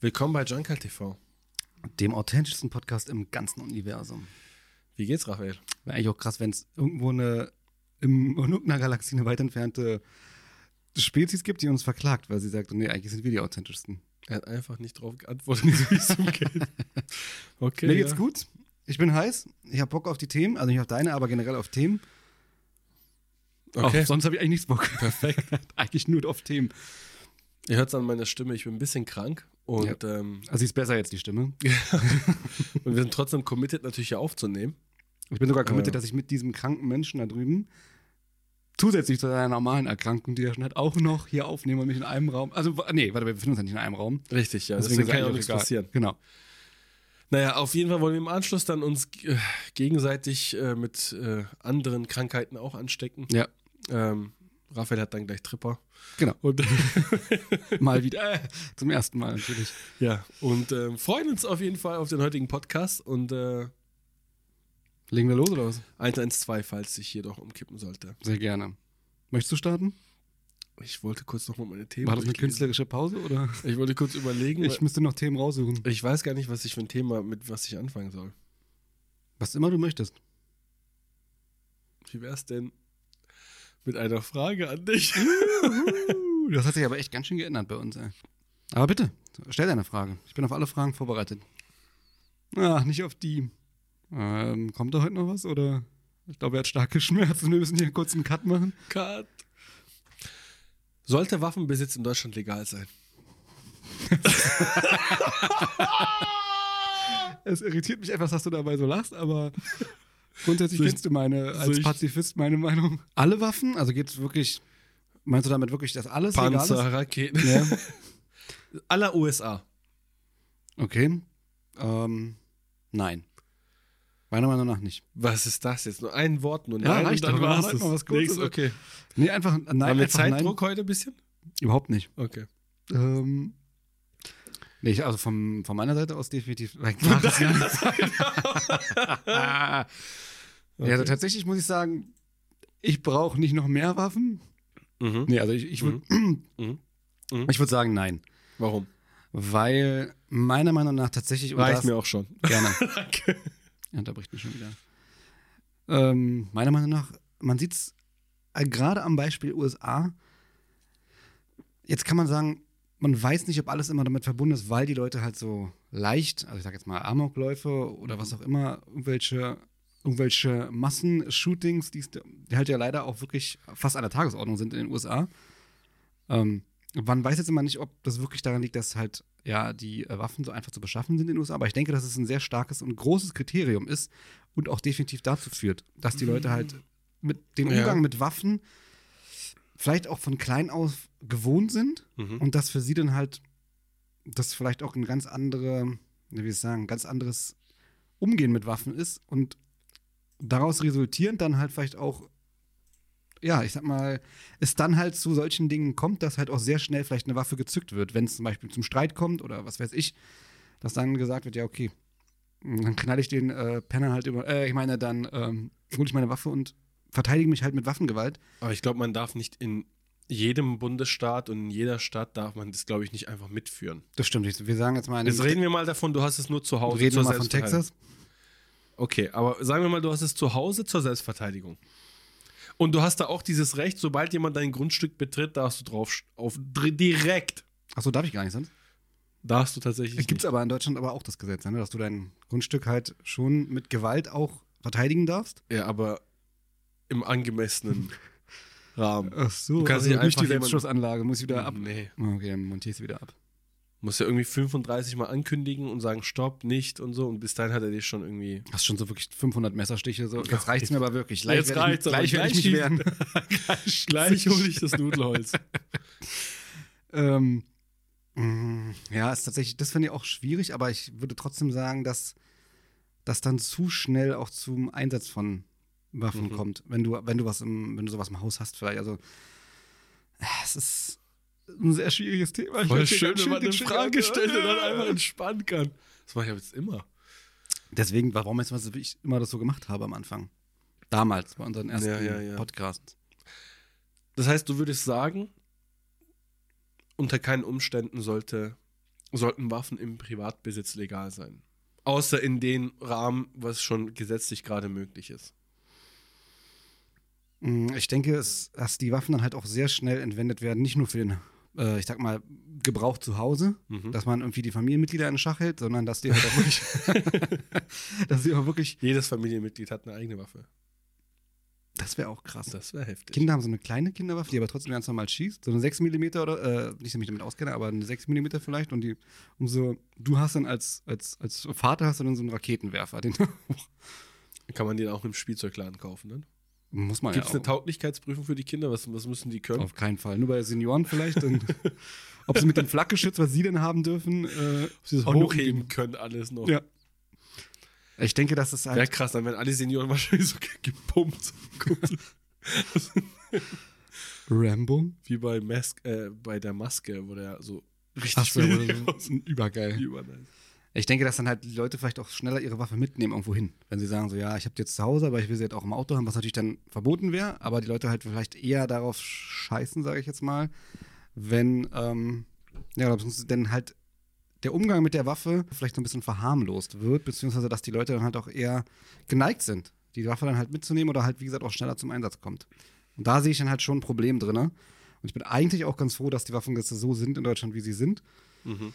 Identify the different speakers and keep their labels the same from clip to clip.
Speaker 1: Willkommen bei Junkal TV.
Speaker 2: Dem authentischsten Podcast im ganzen Universum.
Speaker 1: Wie geht's, Raphael?
Speaker 2: Wäre eigentlich auch krass, wenn es irgendwo eine im, in irgendeiner Galaxie eine weit entfernte Spezies gibt, die uns verklagt, weil sie sagt, nee, eigentlich sind wir die authentischsten.
Speaker 1: Er hat einfach nicht drauf geantwortet, wie es ihm geht. Okay.
Speaker 2: Mir geht's
Speaker 1: ja.
Speaker 2: gut. Ich bin heiß. Ich habe Bock auf die Themen, also nicht auf deine, aber generell auf Themen.
Speaker 1: Okay.
Speaker 2: Auf, sonst habe ich eigentlich nichts Bock. Perfekt. eigentlich nur auf Themen.
Speaker 1: Ihr hört es an meiner Stimme, ich bin ein bisschen krank und, ähm,
Speaker 2: Also sie ist besser jetzt die Stimme.
Speaker 1: und wir sind trotzdem committed, natürlich hier aufzunehmen.
Speaker 2: Ich bin sogar committed,
Speaker 1: Ja.
Speaker 2: dass ich mit diesem kranken Menschen da drüben zusätzlich zu seiner normalen Erkrankung, die er schon hat, auch noch hier aufnehme und mich in einem Raum. Also wa- nee, warte, wir befinden uns ja nicht in einem Raum.
Speaker 1: Richtig, ja.
Speaker 2: Deswegen
Speaker 1: Deswegen,
Speaker 2: ist
Speaker 1: kann ja auch
Speaker 2: eigentlich
Speaker 1: nichts
Speaker 2: egal.
Speaker 1: passieren.
Speaker 2: Genau.
Speaker 1: Naja, auf jeden Fall wollen wir im Anschluss dann uns äh, gegenseitig äh, mit äh, anderen Krankheiten auch anstecken.
Speaker 2: Ja.
Speaker 1: Ähm, Raphael hat dann gleich Tripper.
Speaker 2: Genau.
Speaker 1: Und
Speaker 2: Mal wieder. Äh, Zum ersten Mal natürlich.
Speaker 1: ja, und ähm, freuen uns auf jeden Fall auf den heutigen Podcast und äh,
Speaker 2: Legen wir los oder was?
Speaker 1: 112, falls ich hier doch umkippen sollte.
Speaker 2: Sehr gerne. Möchtest du starten?
Speaker 1: Ich wollte kurz nochmal meine Themen.
Speaker 2: War das eine
Speaker 1: durchlesen.
Speaker 2: künstlerische Pause oder?
Speaker 1: Ich wollte kurz überlegen.
Speaker 2: Ich
Speaker 1: Ich,
Speaker 2: müsste noch Themen raussuchen.
Speaker 1: ich weiß gar nicht, was ich für ein Thema, mit was ich anfangen soll.
Speaker 2: Was immer du möchtest.
Speaker 1: Wie wär's denn mit einer Frage an dich?
Speaker 2: Uh, Das hat sich aber echt ganz schön geändert bei uns. Ey. Aber bitte, stell deine Frage. Ich bin auf alle Fragen vorbereitet. Ach, Ah, nicht auf die. Ähm, kommt da heute noch was oder? Ich glaube, er hat starke Schmerzen. Wir müssen hier kurz einen Cut machen.
Speaker 1: Cut. Sollte Waffenbesitz in Deutschland legal sein?
Speaker 2: Es irritiert mich etwas, dass du dabei so lachst, aber grundsätzlich
Speaker 1: Soll ich-
Speaker 2: kennst du meine,
Speaker 1: soll
Speaker 2: als
Speaker 1: ich-
Speaker 2: Pazifist meine Meinung. Alle Waffen? Also geht's wirklich, meinst du damit wirklich, dass alles
Speaker 1: Panzer,
Speaker 2: egal
Speaker 1: Raketen.
Speaker 2: ist? Ja.
Speaker 1: Aller USA.
Speaker 2: Okay. Ähm, nein. Meiner Meinung nach nicht.
Speaker 1: Was ist das jetzt? Nur ein Wort, nur
Speaker 2: Ja,
Speaker 1: nein,
Speaker 2: reicht
Speaker 1: und dann
Speaker 2: doch.
Speaker 1: war's
Speaker 2: Sag
Speaker 1: es.
Speaker 2: mal was Kurzes.
Speaker 1: Nächstes, okay.
Speaker 2: Nee, einfach nein.
Speaker 1: Haben wir
Speaker 2: einfach
Speaker 1: Zeitdruck heute ein bisschen?
Speaker 2: Nein. Überhaupt nicht.
Speaker 1: Okay.
Speaker 2: Ähm, nee, ich, also vom, von meiner Seite aus definitiv. Mach das ja. Ja, also
Speaker 1: Okay.
Speaker 2: tatsächlich muss ich sagen, ich brauche nicht noch mehr Waffen.
Speaker 1: Mhm.
Speaker 2: Nee, also ich, ich würde
Speaker 1: Mhm.
Speaker 2: ich würd sagen, nein.
Speaker 1: Warum?
Speaker 2: Weil meiner Meinung nach tatsächlich. und
Speaker 1: Reicht
Speaker 2: das-
Speaker 1: mir auch schon.
Speaker 2: Gerne.
Speaker 1: Danke.
Speaker 2: Ja, unterbricht mich schon wieder. Ähm, meiner Meinung nach, man sieht es Äh, gerade am Beispiel USA. Jetzt kann man sagen, man weiß nicht, ob alles immer damit verbunden ist, weil die Leute halt so leicht, also ich sag jetzt mal Amokläufe oder was auch immer, irgendwelche, irgendwelche Massenshootings, die es- die halt ja leider auch wirklich fast an der Tagesordnung sind in den USA. Ähm, man weiß jetzt immer nicht, ob das wirklich daran liegt, dass halt ja die äh, Waffen so einfach zu beschaffen sind in den USA, aber ich denke, dass es ein sehr starkes und großes Kriterium ist und auch definitiv dazu führt, dass die Leute halt mit dem
Speaker 1: Ja.
Speaker 2: Umgang mit Waffen vielleicht auch von klein auf gewohnt sind
Speaker 1: Mhm.
Speaker 2: und dass für sie dann halt das vielleicht auch ein ganz andere, wie soll ich sagen, ein ganz anderes Umgehen mit Waffen ist und daraus resultierend dann halt vielleicht auch, ja, ich sag mal, es dann halt zu solchen Dingen kommt, dass halt auch sehr schnell vielleicht eine Waffe gezückt wird, wenn es zum Beispiel zum Streit kommt oder was weiß ich, dass dann gesagt wird, ja, okay, dann knall ich den äh, Penner halt über, äh, ich meine, dann ähm, hole ich meine Waffe und verteidige mich halt mit Waffengewalt.
Speaker 1: Aber ich glaube, man darf nicht in jedem Bundesstaat und in jeder Stadt darf man das, glaube ich, nicht einfach mitführen.
Speaker 2: Das stimmt nicht. Wir sagen jetzt mal, in
Speaker 1: Jetzt reden wir mal davon, du hast es nur zu Hause.
Speaker 2: reden
Speaker 1: zur
Speaker 2: wir mal von
Speaker 1: Selbstverteidigung.
Speaker 2: Texas.
Speaker 1: Okay, aber sagen wir mal, du hast es zu Hause zur Selbstverteidigung. Und du hast da auch dieses Recht, sobald jemand dein Grundstück betritt, darfst du drauf sch- auf dr- direkt.
Speaker 2: Achso, darf ich gar nicht, sonst?
Speaker 1: Darfst du tatsächlich.
Speaker 2: Gibt es aber in Deutschland aber auch das Gesetz, ne? dass du dein Grundstück halt schon mit Gewalt auch verteidigen darfst?
Speaker 1: nicht. Ja, aber im angemessenen Rahmen.
Speaker 2: Ach so, also
Speaker 1: Du kannst nicht
Speaker 2: nicht
Speaker 1: einfach
Speaker 2: die Selbstschussanlage, muss ich wieder ab.
Speaker 1: Nee.
Speaker 2: Ah, Okay, dann montiere ich sie wieder ab.
Speaker 1: Musst ja irgendwie 35 Mal ankündigen und sagen, stopp, nicht und so. Und bis dahin hat er dich schon irgendwie.
Speaker 2: Hast schon so wirklich 500 Messerstiche, so. Jetzt reicht's mir aber wirklich.
Speaker 1: Jetzt
Speaker 2: werd ich-
Speaker 1: reicht's aber,
Speaker 2: gleich werde ich
Speaker 1: gleich
Speaker 2: mich wehren.
Speaker 1: Gleich hole ich das Nudelholz.
Speaker 2: Ähm, mh, ja, ist tatsächlich, das finde ich auch schwierig, aber ich würde trotzdem sagen, dass das dann zu schnell auch zum Einsatz von Waffen
Speaker 1: Mhm.
Speaker 2: kommt, wenn du, wenn du was im, wenn du sowas im Haus hast, vielleicht. Also äh, es ist ein sehr schwieriges Thema. Ich
Speaker 1: Voll
Speaker 2: werd hier
Speaker 1: schön,
Speaker 2: ganz
Speaker 1: wenn man
Speaker 2: den
Speaker 1: eine
Speaker 2: Trigger-
Speaker 1: Frage stellt und dann einfach entspannen kann. Das mache ich aber jetzt immer.
Speaker 2: Deswegen, warum jetzt, was ich immer das so gemacht habe am Anfang. Damals, bei unseren ersten
Speaker 1: Ja, ja, ja.
Speaker 2: Podcasts.
Speaker 1: Das heißt, du würdest sagen, unter keinen Umständen sollte sollten Waffen im Privatbesitz legal sein. Außer in den Rahmen, was schon gesetzlich gerade möglich ist.
Speaker 2: Mm, Ich denke, es, dass die Waffen dann halt auch sehr schnell entwendet werden, nicht nur für den, äh, ich sag mal, Gebrauch zu Hause,
Speaker 1: Mhm.
Speaker 2: dass man irgendwie die Familienmitglieder in Schach hält, sondern dass die halt auch wirklich, dass die auch wirklich,
Speaker 1: Jedes Familienmitglied hat eine eigene Waffe.
Speaker 2: das wäre auch krass.
Speaker 1: Das wäre heftig.
Speaker 2: Kinder haben so eine kleine Kinderwaffe, die aber trotzdem ganz normal schießt. So eine 6 mm oder, äh, nicht, dass ich mich damit auskenne, aber eine 6 mm vielleicht. Und die, umso, du hast dann als, als, als Vater hast du dann so einen Raketenwerfer. Den
Speaker 1: Kann man den auch im Spielzeugladen kaufen, ne?
Speaker 2: muss man
Speaker 1: Gibt es
Speaker 2: ja
Speaker 1: eine
Speaker 2: auch.
Speaker 1: Tauglichkeitsprüfung für die Kinder? Was, was müssen die können?
Speaker 2: Auf keinen Fall. Nur bei Senioren vielleicht. Und ob sie mit dem Flakgeschütz, was sie denn haben dürfen, äh,
Speaker 1: Ob sie das
Speaker 2: auch
Speaker 1: hochheben können, alles noch.
Speaker 2: Ja. Ich denke, das ist halt.
Speaker 1: Wäre krass, dann wären alle Senioren wahrscheinlich so ge- gepumpt. Gut.
Speaker 2: Rambo?
Speaker 1: Wie bei, Mask, äh, bei der Maske, wo der so richtig
Speaker 2: Ach so,
Speaker 1: viel
Speaker 2: oder so. übergeil.
Speaker 1: übernimmt.
Speaker 2: Ich denke, dass dann halt die Leute vielleicht auch schneller ihre Waffe mitnehmen irgendwo hin. Wenn sie sagen, so, ja, ich habe die jetzt zu Hause, aber ich will sie jetzt auch im Auto haben, was natürlich dann verboten wäre. Aber die Leute halt vielleicht eher darauf scheißen, sage ich jetzt mal, wenn, ähm, ja, oder beziehungsweise dann halt der Umgang mit der Waffe vielleicht so ein bisschen verharmlost wird, beziehungsweise dass die Leute dann halt auch eher geneigt sind, die Waffe dann halt mitzunehmen oder halt, wie gesagt, auch schneller zum Einsatz kommt. Und da sehe ich dann halt schon ein Problem drin. Und ich bin eigentlich auch ganz froh, dass die Waffengesetze so sind in Deutschland, wie sie sind.
Speaker 1: Mhm.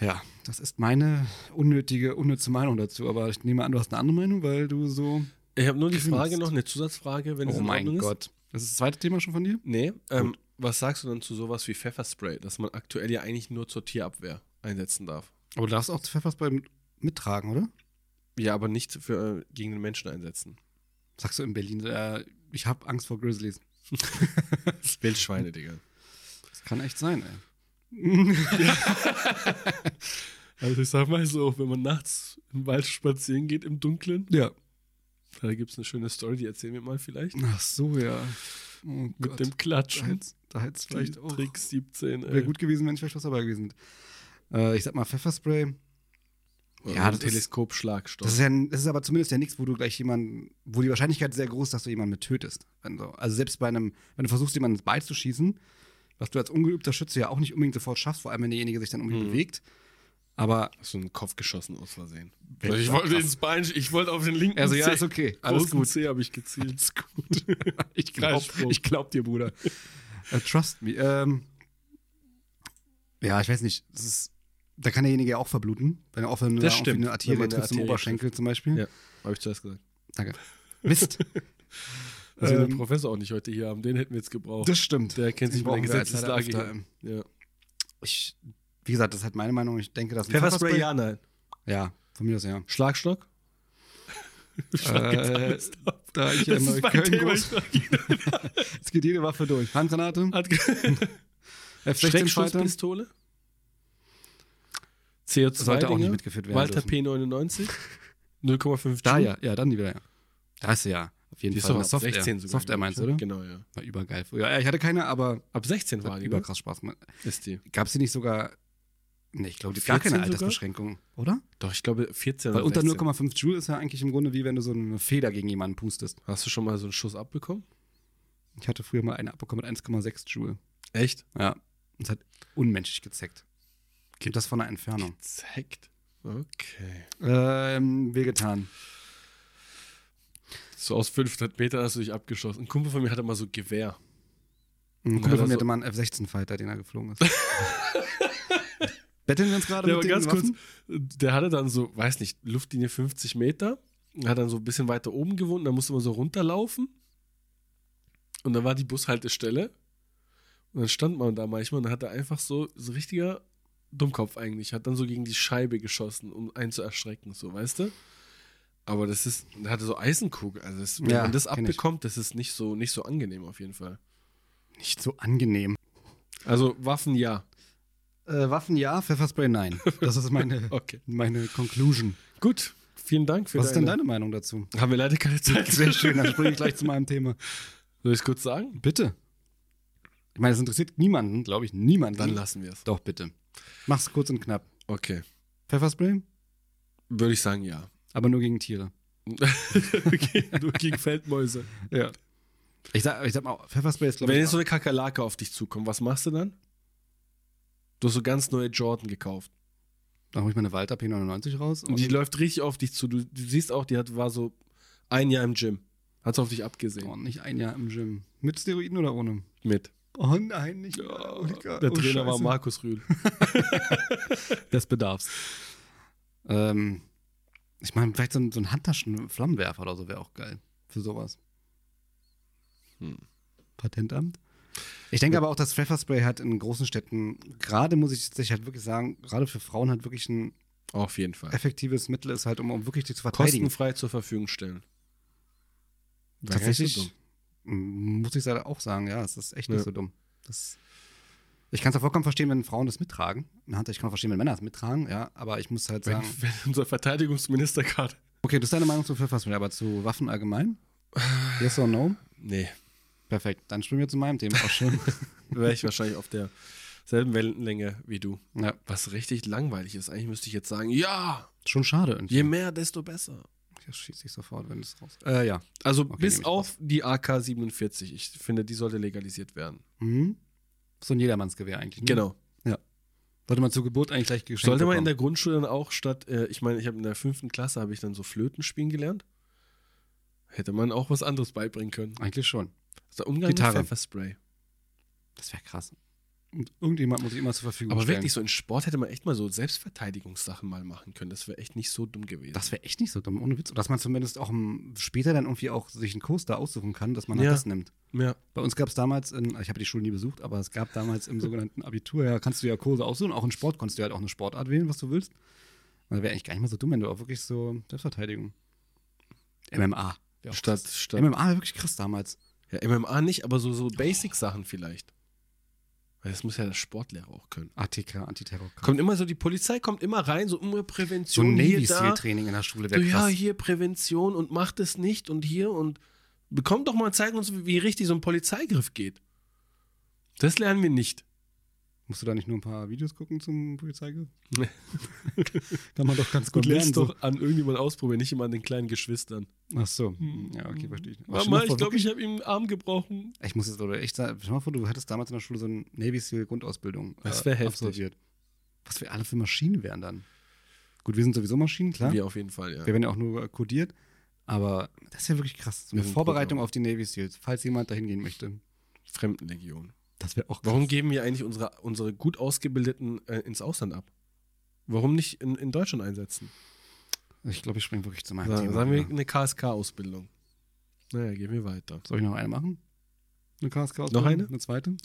Speaker 2: Ja, das ist meine unnötige, unnütze Meinung dazu, aber ich nehme an, du hast eine andere Meinung, weil du so.
Speaker 1: Ich habe nur die
Speaker 2: Grinst.
Speaker 1: Frage noch, eine Zusatzfrage, wenn es in Ordnung ist.
Speaker 2: Gott. Das ist das zweite Thema schon von dir?
Speaker 1: Nee, ähm, was sagst du dann zu sowas wie Pfefferspray, dass man aktuell ja eigentlich nur zur Tierabwehr einsetzen darf?
Speaker 2: Aber du darfst auch Pfefferspray mit, mittragen, oder?
Speaker 1: Ja, aber nicht für, äh, gegen den Menschen einsetzen.
Speaker 2: Sagst du in Berlin, so, äh, ich habe Angst vor Grizzlies.
Speaker 1: Wildschweine, Digga.
Speaker 2: Das kann echt sein, ey.
Speaker 1: Also ich sag mal so, wenn man nachts im Wald spazieren geht im Dunkeln,
Speaker 2: Ja.
Speaker 1: da gibt es eine schöne Story, die erzählen wir mal vielleicht.
Speaker 2: Ach so, ja. Oh
Speaker 1: Mit
Speaker 2: Gott.
Speaker 1: dem äh.
Speaker 2: da
Speaker 1: Klatschen.
Speaker 2: hätt's- da hätt's
Speaker 1: Vielleicht
Speaker 2: vielleicht auch.
Speaker 1: Trick 17.
Speaker 2: Wäre gut gewesen, wenn ich vielleicht was dabei gewesen wäre. Äh, ich sag mal, Pfefferspray. Ja,
Speaker 1: Ja,
Speaker 2: das
Speaker 1: das
Speaker 2: ist-
Speaker 1: Teleskopschlagstoff.
Speaker 2: Das ist, ja, das ist aber zumindest ja nichts, wo du gleich jemanden, wo die Wahrscheinlichkeit sehr groß ist, dass du jemanden mit tötest. Wenn so. Also selbst bei einem, wenn du versuchst, jemanden ins Bein zu schießen, was du als ungeübter Schütze ja auch nicht unbedingt sofort schaffst, vor allem wenn derjenige sich dann irgendwie
Speaker 1: Mhm.
Speaker 2: bewegt. Aber,
Speaker 1: Hast du einen Kopf geschossen aus Versehen?
Speaker 2: Weltklasse.
Speaker 1: ich wollte ins Bein, sch- ich wollte auf den linken
Speaker 2: also ja,
Speaker 1: Zeh-
Speaker 2: ist okay, alles
Speaker 1: großen
Speaker 2: gut.
Speaker 1: Zeh habe ich gezielt. Ist gut.
Speaker 2: Ich glaub,
Speaker 1: Kreissprung.
Speaker 2: ich glaub dir, Bruder. äh, trust me. Ähm, ja, ich weiß nicht, das ist, da kann derjenige ja auch verbluten, wenn er auch wenn du da
Speaker 1: Das
Speaker 2: irgendwie
Speaker 1: stimmt,
Speaker 2: eine Arterie
Speaker 1: wenn man eine
Speaker 2: triffst im
Speaker 1: Arterie
Speaker 2: Oberschenkel zum Beispiel.
Speaker 1: Ja. habe ich zuerst gesagt.
Speaker 2: Danke. Mist.
Speaker 1: Dass wir den
Speaker 2: Ähm,
Speaker 1: Professor auch nicht heute hier haben, den hätten wir jetzt gebraucht.
Speaker 2: das stimmt.
Speaker 1: Der kennt sich
Speaker 2: Den
Speaker 1: mit der
Speaker 2: brauchen wir als leider
Speaker 1: Gesetzeslage.
Speaker 2: öfter,
Speaker 1: hier.
Speaker 2: ähm.
Speaker 1: Ja.
Speaker 2: ich, wie gesagt, das ist halt meine Meinung. Ich denke, dass ein
Speaker 1: Pfefferspray, ja, nein.
Speaker 2: Ja, von mir aus ja.
Speaker 1: Schlagstock? Schlag jetzt alles ab.
Speaker 2: da ich ja in Neukölln groß, es geht jede Waffe durch. Handgranate,
Speaker 1: Ah,
Speaker 2: äh, F-16-Fighter,
Speaker 1: Schreckschusspistole? CO2
Speaker 2: Sollte auch
Speaker 1: Dinger?
Speaker 2: nicht mitgeführt werden
Speaker 1: Walter
Speaker 2: dürfen.
Speaker 1: P99 0,5
Speaker 2: da
Speaker 1: Joule.
Speaker 2: ja, ja, dann die wieder, ja. Da ist sie ja, auf jeden
Speaker 1: Die ist
Speaker 2: Fall.
Speaker 1: doch
Speaker 2: eine
Speaker 1: ab 16 sogar. glaub
Speaker 2: Software
Speaker 1: ich,
Speaker 2: meinst du, oder?
Speaker 1: Genau, ja.
Speaker 2: War übergeil. früher. Ja, ich hatte keine, aber
Speaker 1: Ab 16 war
Speaker 2: hat
Speaker 1: die, ne?
Speaker 2: überkrass Spaß gemacht.
Speaker 1: ist die.
Speaker 2: Gab sie nicht sogar, nee, ich glaube, die gar
Speaker 1: 14
Speaker 2: keine
Speaker 1: sogar? Also
Speaker 2: Altersbeschränkung, oder?
Speaker 1: Doch, ich glaube 14
Speaker 2: Weil
Speaker 1: oder
Speaker 2: unter
Speaker 1: 16.
Speaker 2: 0,5 Joule ist ja eigentlich im Grunde wie wenn du so eine Feder gegen jemanden pustest.
Speaker 1: Hast du schon mal so einen Schuss abbekommen?
Speaker 2: Ich hatte früher mal eine abbekommen mit 1,6 Joule.
Speaker 1: Echt?
Speaker 2: Ja. Und es hat unmenschlich gezeckt. Gibt das von der Entfernung?
Speaker 1: Zeckt. Okay.
Speaker 2: Ähm, wehgetan.
Speaker 1: So aus 500 Metern hast du dich abgeschossen. Ein Kumpel von mir hatte mal so Gewehr. Ja,
Speaker 2: Ein Kumpel
Speaker 1: das-
Speaker 2: von mir hatte mal einen F-16-Fighter, den er geflogen ist. Betteln wir uns gerade
Speaker 1: Der
Speaker 2: mit
Speaker 1: war
Speaker 2: den
Speaker 1: ganz kurz.
Speaker 2: Waffen?
Speaker 1: Der hatte dann so, weiß nicht, Luftlinie 50 Meter. Hat dann so ein bisschen weiter oben gewohnt. Dann musste man so runterlaufen. Und dann war die Bushaltestelle. Und dann stand man da manchmal und dann hat er einfach so, so richtiger Dummkopf eigentlich, hat dann so gegen die Scheibe geschossen, um einen zu erschrecken, so, weißt du? Aber das ist, er hatte so Eisenkugel. Also, das, wenn
Speaker 2: Ja,
Speaker 1: man das
Speaker 2: kenn ich.
Speaker 1: abbekommt, das ist nicht so, nicht so angenehm auf jeden Fall.
Speaker 2: Nicht so angenehm.
Speaker 1: Also, Waffen ja.
Speaker 2: Äh, Waffen ja, Pfefferspray nein. Das ist meine,
Speaker 1: Okay.
Speaker 2: meine Conclusion.
Speaker 1: Gut. Vielen Dank für
Speaker 2: Was ist denn deine Meinung dazu?
Speaker 1: Haben wir leider keine Zeit.
Speaker 2: Sehr schön, dann springe ich gleich zu meinem Thema.
Speaker 1: Soll ich es kurz sagen?
Speaker 2: Bitte. Ich meine, das interessiert niemanden, glaube ich, niemanden.
Speaker 1: Dann lassen wir es.
Speaker 2: Doch, bitte. Mach's kurz und knapp.
Speaker 1: Okay.
Speaker 2: Pfefferspray,
Speaker 1: Würde ich sagen, ja.
Speaker 2: aber nur gegen Tiere.
Speaker 1: Nur gegen Feldmäuse.
Speaker 2: Ja. Ich sag, ich sag mal, Pfefferspray ist, glaube
Speaker 1: Wenn
Speaker 2: ich,
Speaker 1: jetzt so eine Kakerlake auf dich zukommt, was machst du dann? Du hast so ganz neue Jordan gekauft.
Speaker 2: Da hole ich meine Walter P99 raus.
Speaker 1: Und die läuft richtig auf dich zu. Du, du siehst auch, die hat, war so ein Jahr im Gym. Hat es auf dich abgesehen.
Speaker 2: oh, nicht ein Jahr im Gym. Mit Steroiden oder ohne?
Speaker 1: Mit.
Speaker 2: Oh nein, nicht.
Speaker 1: Oh, der Trainer war Markus Rühl.
Speaker 2: des Bedarfs. Ähm, ich meine, vielleicht so ein, so ein Handtaschen-Flammenwerfer oder so wäre auch geil für sowas.
Speaker 1: Hm.
Speaker 2: Patentamt. Ich denke aber auch, dass Pfefferspray hat in großen Städten, gerade muss ich tatsächlich halt wirklich sagen, gerade für Frauen halt wirklich ein
Speaker 1: Auf jeden Fall.
Speaker 2: effektives Mittel ist halt, um, um wirklich dich zu verteidigen.
Speaker 1: Kostenfrei zur Verfügung stellen. Wäre nicht so dumm.
Speaker 2: Tatsächlich muss ich leider auch sagen, ja, es ist echt
Speaker 1: Ja.
Speaker 2: nicht so dumm. Das, ich kann es ja vollkommen verstehen, wenn Frauen das mittragen. Na, Hunter, Ich kann auch verstehen, wenn Männer es mittragen, ja, aber ich muss halt
Speaker 1: Wenn,
Speaker 2: sagen.
Speaker 1: wenn unser Verteidigungsminister gerade.
Speaker 2: Okay, das ist deine Meinung zu Pfefferspray, aber zu Waffen allgemein? Yes or no?
Speaker 1: Nee,
Speaker 2: Perfekt, dann springen wir zu meinem Thema auch schon.
Speaker 1: wäre ich wahrscheinlich auf derselben Wellenlänge wie du.
Speaker 2: ja,
Speaker 1: Was richtig langweilig ist. Eigentlich müsste ich jetzt sagen, ja,
Speaker 2: schon schade. irgendwie.
Speaker 1: je mehr, desto besser.
Speaker 2: Das schieße ich sofort, wenn es raus. Äh, ja.
Speaker 1: Also
Speaker 2: Okay, nehme
Speaker 1: bis
Speaker 2: ich
Speaker 1: auf die AK-47. Ich finde, die sollte legalisiert werden.
Speaker 2: Mhm. So ein Jedermannsgewehr eigentlich. Ne?
Speaker 1: Genau.
Speaker 2: Sollte man zur Geburt eigentlich gleich geschenkt
Speaker 1: sollte man in
Speaker 2: bekommen.
Speaker 1: der Grundschule dann auch statt, äh, ich meine, ich habe in der fünften Klasse habe ich dann so Flöten spielen gelernt. Hätte man auch was anderes beibringen können.
Speaker 2: Eigentlich schon.
Speaker 1: Also Umgang mit
Speaker 2: Gitarre.
Speaker 1: Pfefferspray.
Speaker 2: Das wäre krass. Und irgendjemand muss ich immer zur Verfügung
Speaker 1: Aber
Speaker 2: stellen.
Speaker 1: wirklich, so in Sport hätte man echt mal so Selbstverteidigungssachen mal machen können. Das wäre echt nicht so dumm gewesen.
Speaker 2: Das wäre echt nicht so dumm, ohne Witz. Und dass man zumindest auch ähm, später dann irgendwie auch sich einen Kurs da aussuchen kann, dass man halt
Speaker 1: Ja.
Speaker 2: das nimmt.
Speaker 1: ja.
Speaker 2: Bei uns gab es damals, in, ich habe die Schule nie besucht, aber es gab damals im sogenannten Abitur, ja, kannst du ja Kurse aussuchen. Auch in Sport konntest du halt auch eine Sportart wählen, was du willst. Und da wäre eigentlich gar nicht mal so dumm, wenn du auch wirklich so Selbstverteidigung. MMA. wär auch
Speaker 1: Statt,
Speaker 2: krass.
Speaker 1: statt
Speaker 2: MMA war wirklich krass damals.
Speaker 1: ja, MMA nicht, aber so, so Basic-Sachen vielleicht. Weil das muss ja der Sportlehrer auch können.
Speaker 2: ATK, Antiterror.
Speaker 1: Kommt immer so, die Polizei kommt immer rein, so um
Speaker 2: So
Speaker 1: Prävention.
Speaker 2: ein Navy
Speaker 1: hier, da.
Speaker 2: SEAL-Training in der Schule
Speaker 1: Du,
Speaker 2: wäre
Speaker 1: ja,
Speaker 2: krass.
Speaker 1: hier Prävention und macht es nicht und hier und bekommt doch mal, zeigen uns, wie- wie richtig so ein Polizeigriff geht. Das lernen wir nicht.
Speaker 2: Musst du da nicht nur ein paar Videos gucken zum Polizeigesetz?
Speaker 1: Nee.
Speaker 2: Kann man doch ganz gut
Speaker 1: Und
Speaker 2: lernen.
Speaker 1: lernst
Speaker 2: so.
Speaker 1: doch an irgendjemand ausprobieren, nicht immer an den kleinen Geschwistern.
Speaker 2: Ach so. Hm,
Speaker 1: Hm.
Speaker 2: Ja, okay, verstehe ich. Aber stell
Speaker 1: Mama,
Speaker 2: dir mal vor,
Speaker 1: ich glaube, ich habe ihm einen Arm gebrochen.
Speaker 2: Ich muss jetzt oder echt sagen, stell mal vor, du hättest damals in der Schule so eine Navy SEAL Grundausbildung
Speaker 1: Das wär heftig.
Speaker 2: absolviert. Was wir alle für Maschinen wären dann. Gut, wir sind sowieso Maschinen, klar.
Speaker 1: Wir auf jeden Fall, ja.
Speaker 2: Wir werden ja auch nur äh, codiert. Aber das ist ja wirklich krass. So
Speaker 1: Wir
Speaker 2: eine
Speaker 1: sind
Speaker 2: Vorbereitung
Speaker 1: Programm.
Speaker 2: auf die Navy SEALs, falls jemand dahin gehen möchte.
Speaker 1: Fremdenlegion.
Speaker 2: Das wäre auch krass.
Speaker 1: Warum geben wir eigentlich unsere, unsere gut Ausgebildeten äh, ins Ausland ab? Warum nicht in, in Deutschland einsetzen?
Speaker 2: Ich glaube, ich springe wirklich zu meinem
Speaker 1: Sa-
Speaker 2: Thema.
Speaker 1: sagen wir
Speaker 2: ja.
Speaker 1: eine KSK-Ausbildung. Naja, gehen wir weiter.
Speaker 2: Soll ich noch eine machen? Eine KSK
Speaker 1: Noch eine?
Speaker 2: Eine zweite?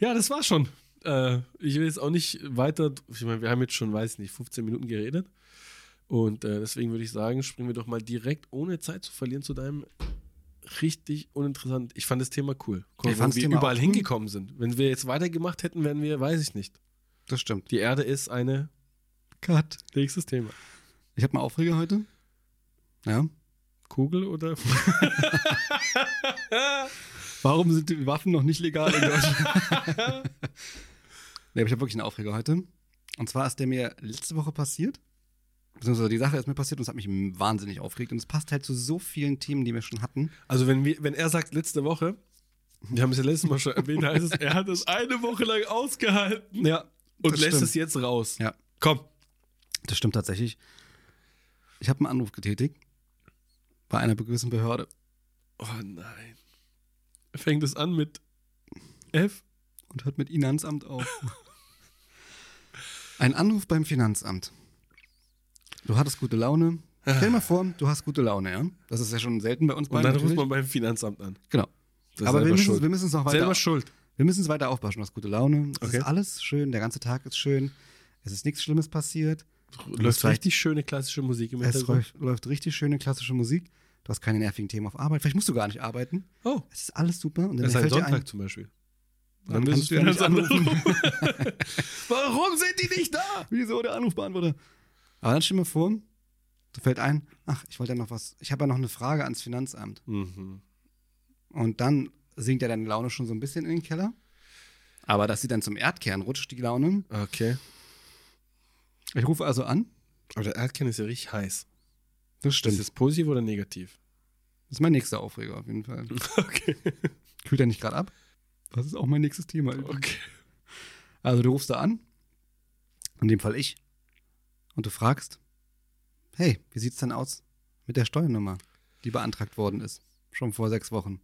Speaker 1: Ja, das war schon. Äh, ich will jetzt auch nicht weiter. Ich meine, wir haben jetzt schon, weiß nicht, 15 Minuten geredet. Und äh, deswegen würde ich sagen, springen wir doch mal direkt, ohne Zeit zu verlieren, zu deinem richtig uninteressant. Ich fand das Thema cool. Guck,
Speaker 2: Ich
Speaker 1: mal,
Speaker 2: fand's
Speaker 1: wo wir
Speaker 2: Thema
Speaker 1: überall
Speaker 2: auch cool.
Speaker 1: hingekommen sind. Wenn wir jetzt weitergemacht hätten, wären wir, weiß ich nicht.
Speaker 2: Das stimmt.
Speaker 1: Die Erde ist eine.
Speaker 2: Cut.
Speaker 1: Nächstes Thema.
Speaker 2: Ich habe mal Aufreger heute. Ja.
Speaker 1: Kugel oder?
Speaker 2: Warum sind die Waffen noch nicht legal in Deutschland? nee, aber ich habe wirklich einen Aufreger heute. Und zwar ist der mir letzte Woche passiert. Beziehungsweise die Sache ist mir passiert und es hat mich wahnsinnig aufgeregt. Und es passt halt zu so vielen Themen, die wir schon hatten.
Speaker 1: Also, wenn, wir, wenn er sagt, letzte Woche, wir haben es ja letztes Mal schon erwähnt, heißt es, er hat es eine Woche lang ausgehalten
Speaker 2: Ja.
Speaker 1: und
Speaker 2: das
Speaker 1: lässt
Speaker 2: stimmt.
Speaker 1: es jetzt raus.
Speaker 2: Ja,
Speaker 1: Komm,
Speaker 2: das stimmt tatsächlich. Ich habe einen Anruf getätigt bei einer gewissen Behörde.
Speaker 1: Oh nein. Fängt es an mit F?
Speaker 2: und hört mit Finanzamt auf. Ein Anruf beim Finanzamt. Du hattest gute Laune. Stell dir mal vor, du hast gute Laune, ja? Das ist ja schon selten bei uns
Speaker 1: Und
Speaker 2: beiden.
Speaker 1: dann ruft
Speaker 2: natürlich.
Speaker 1: man beim Finanzamt an.
Speaker 2: genau.
Speaker 1: Das ist
Speaker 2: Aber wir
Speaker 1: selber
Speaker 2: müssen,
Speaker 1: schuld.
Speaker 2: wir müssen es noch weiter,
Speaker 1: selber schuld.
Speaker 2: wir müssen es weiter aufbauen. Du hast gute Laune. Es
Speaker 1: Okay.
Speaker 2: ist alles schön. Der ganze Tag ist schön. Es ist nichts Schlimmes passiert.
Speaker 1: Läuft richtig schöne klassische Musik im
Speaker 2: Es
Speaker 1: Hintergrund.
Speaker 2: läuft, läuft richtig schöne klassische Musik. Du hast keine nervigen Themen auf Arbeit. Vielleicht musst du gar nicht arbeiten.
Speaker 1: Oh,
Speaker 2: Es ist alles super. Und dann
Speaker 1: das ist halt ein
Speaker 2: fällt dir
Speaker 1: Sonntag zum Beispiel.
Speaker 2: Dann kannst du ja nicht
Speaker 1: Warum sind die nicht da?
Speaker 2: Wieso der Anrufbeantworter? Aber dann stell dir mal vor, du fällt ein, ach, ich wollte ja noch was, ich habe ja noch eine Frage ans Finanzamt.
Speaker 1: Mhm.
Speaker 2: Und dann sinkt ja deine Laune schon so ein bisschen in den Keller. Aber dass sie dann zum Erdkern rutscht, die Laune.
Speaker 1: Okay.
Speaker 2: Ich rufe also an.
Speaker 1: Aber der Erdkern ist ja richtig heiß.
Speaker 2: Das
Speaker 1: Ist das positiv oder negativ?
Speaker 2: Das ist mein nächster Aufreger auf jeden Fall.
Speaker 1: Okay.
Speaker 2: Kühlt er nicht gerade ab? Das ist auch mein nächstes Thema.
Speaker 1: okay.
Speaker 2: Also du rufst da an, in dem Fall ich, und du fragst, hey, wie sieht's denn aus mit der Steuernummer, die beantragt worden ist, schon vor sechs Wochen?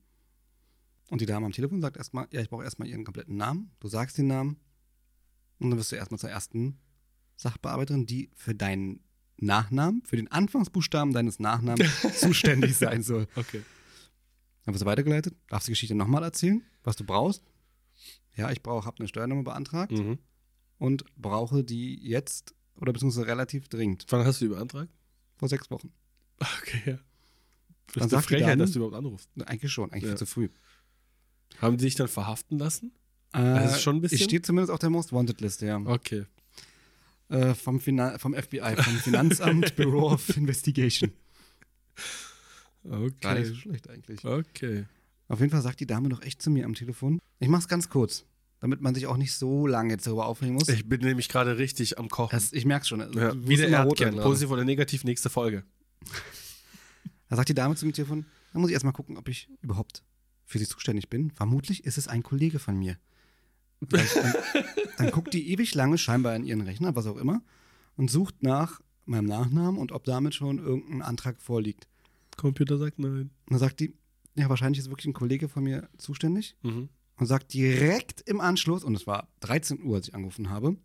Speaker 2: Und die Dame am Telefon sagt erstmal, ja, ich brauche erstmal ihren kompletten Namen, du sagst den Namen, und dann wirst du erstmal zur ersten Sachbearbeiterin, die für deinen Nachnamen, für den Anfangsbuchstaben deines Nachnamens zuständig sein soll.
Speaker 1: Okay.
Speaker 2: Dann wirst du weitergeleitet, darfst die Geschichte nochmal erzählen, was du brauchst. Ja, ich brauche, habe eine Steuernummer beantragt
Speaker 1: Mhm.
Speaker 2: und brauche die jetzt oder beziehungsweise relativ dringend,
Speaker 1: Wann hast du die beantragt?
Speaker 2: vor sechs Wochen.
Speaker 1: Okay, ja. Das
Speaker 2: Dann
Speaker 1: ist eine
Speaker 2: sagt die
Speaker 1: Frechheit,
Speaker 2: Dame-
Speaker 1: dass du überhaupt anrufst.
Speaker 2: Na, Eigentlich schon, eigentlich
Speaker 1: Ja.
Speaker 2: viel zu früh.
Speaker 1: Haben die dich dann verhaften lassen?
Speaker 2: Äh,
Speaker 1: Das Also ist schon ein bisschen-
Speaker 2: Ich stehe zumindest auf der Most Wanted Liste, ja.
Speaker 1: Okay.
Speaker 2: Äh, vom, Finan vom FBI, vom Finanzamt Bureau of Investigation. Gar nicht so
Speaker 1: Okay.
Speaker 2: schlecht eigentlich.
Speaker 1: Okay.
Speaker 2: Äh, Auf jeden Fall sagt die Dame doch echt zu mir am Telefon. Ich mach's ganz kurz, damit man sich auch nicht so lange jetzt darüber aufregen muss. Ich,
Speaker 1: Ich bin nämlich gerade richtig am Kochen.
Speaker 2: das, ich merk's schon. äh,
Speaker 1: ja.
Speaker 2: Du wirst
Speaker 1: Wie der
Speaker 2: immer rot
Speaker 1: Erdkern.
Speaker 2: werden gerade.
Speaker 1: Positiv oder negativ, nächste Folge.
Speaker 2: Da sagt die Dame zu mir am Telefon, da muss ich erstmal gucken, ob ich überhaupt für sie zuständig bin. Vermutlich ist es ein Kollege von mir. Dann, dann, dann guckt die ewig lange scheinbar in ihren Rechner, was auch immer, und sucht nach meinem Nachnamen und ob damit schon irgendein Antrag vorliegt.
Speaker 1: Computer sagt nein.
Speaker 2: Und dann sagt die, ja, wahrscheinlich ist wirklich ein Kollege von mir zuständig.
Speaker 1: Mhm.
Speaker 2: und sagt direkt im Anschluss, und es war 13 Uhr, als ich angerufen habe,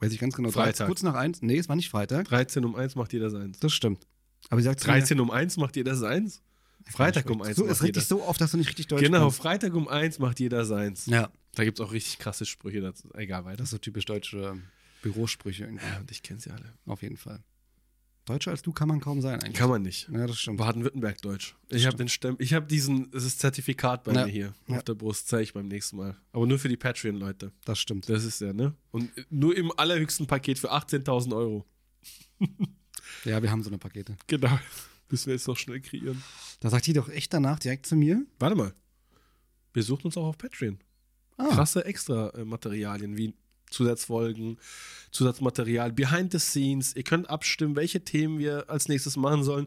Speaker 2: weiß ich ganz genau,
Speaker 1: Freitag.
Speaker 2: kurz nach eins, nee, es war nicht Freitag,
Speaker 1: 13 um 1 macht jeder seins.
Speaker 2: das stimmt. Aber sie sagt zu mir-
Speaker 1: 13 um 1 macht jeder seins? Freitag um 1
Speaker 2: So,
Speaker 1: macht
Speaker 2: es
Speaker 1: jeder.
Speaker 2: richtig so oft, dass du nicht richtig Deutsch
Speaker 1: Genau,
Speaker 2: kannst.
Speaker 1: Freitag um 1 macht jeder seins.
Speaker 2: Ja,
Speaker 1: Da gibt es auch richtig krasse Sprüche dazu. Egal, weiter.
Speaker 2: das ist so typisch deutsche Bürosprüche irgendwie,
Speaker 1: Ja, und ich kenne sie alle.
Speaker 2: auf jeden Fall. Deutscher als du kann man kaum sein eigentlich.
Speaker 1: Kann man nicht.
Speaker 2: ja, das stimmt.
Speaker 1: Baden-Württemberg-Deutsch. Ich habe den Stem ich habe diesen, es ist Zertifikat bei
Speaker 2: Ja.
Speaker 1: mir hier
Speaker 2: Ja.
Speaker 1: auf der Brust, zeige ich beim nächsten Mal. Aber nur für die Patreon-Leute.
Speaker 2: Das stimmt.
Speaker 1: Das ist ja, ne? Und nur im allerhöchsten Paket für 18.000 Euro.
Speaker 2: Ja, wir haben so eine Pakete.
Speaker 1: Genau. Müssen wir jetzt noch schnell kreieren.
Speaker 2: Da sagt die doch echt danach direkt zu mir.
Speaker 1: Warte mal. Wir suchen uns auch auf Patreon.
Speaker 2: Ah,
Speaker 1: Krasse Extra-Materialien wie Zusatzfolgen, Zusatzmaterial, Behind the Scenes. Ihr könnt abstimmen, welche Themen wir als nächstes machen sollen.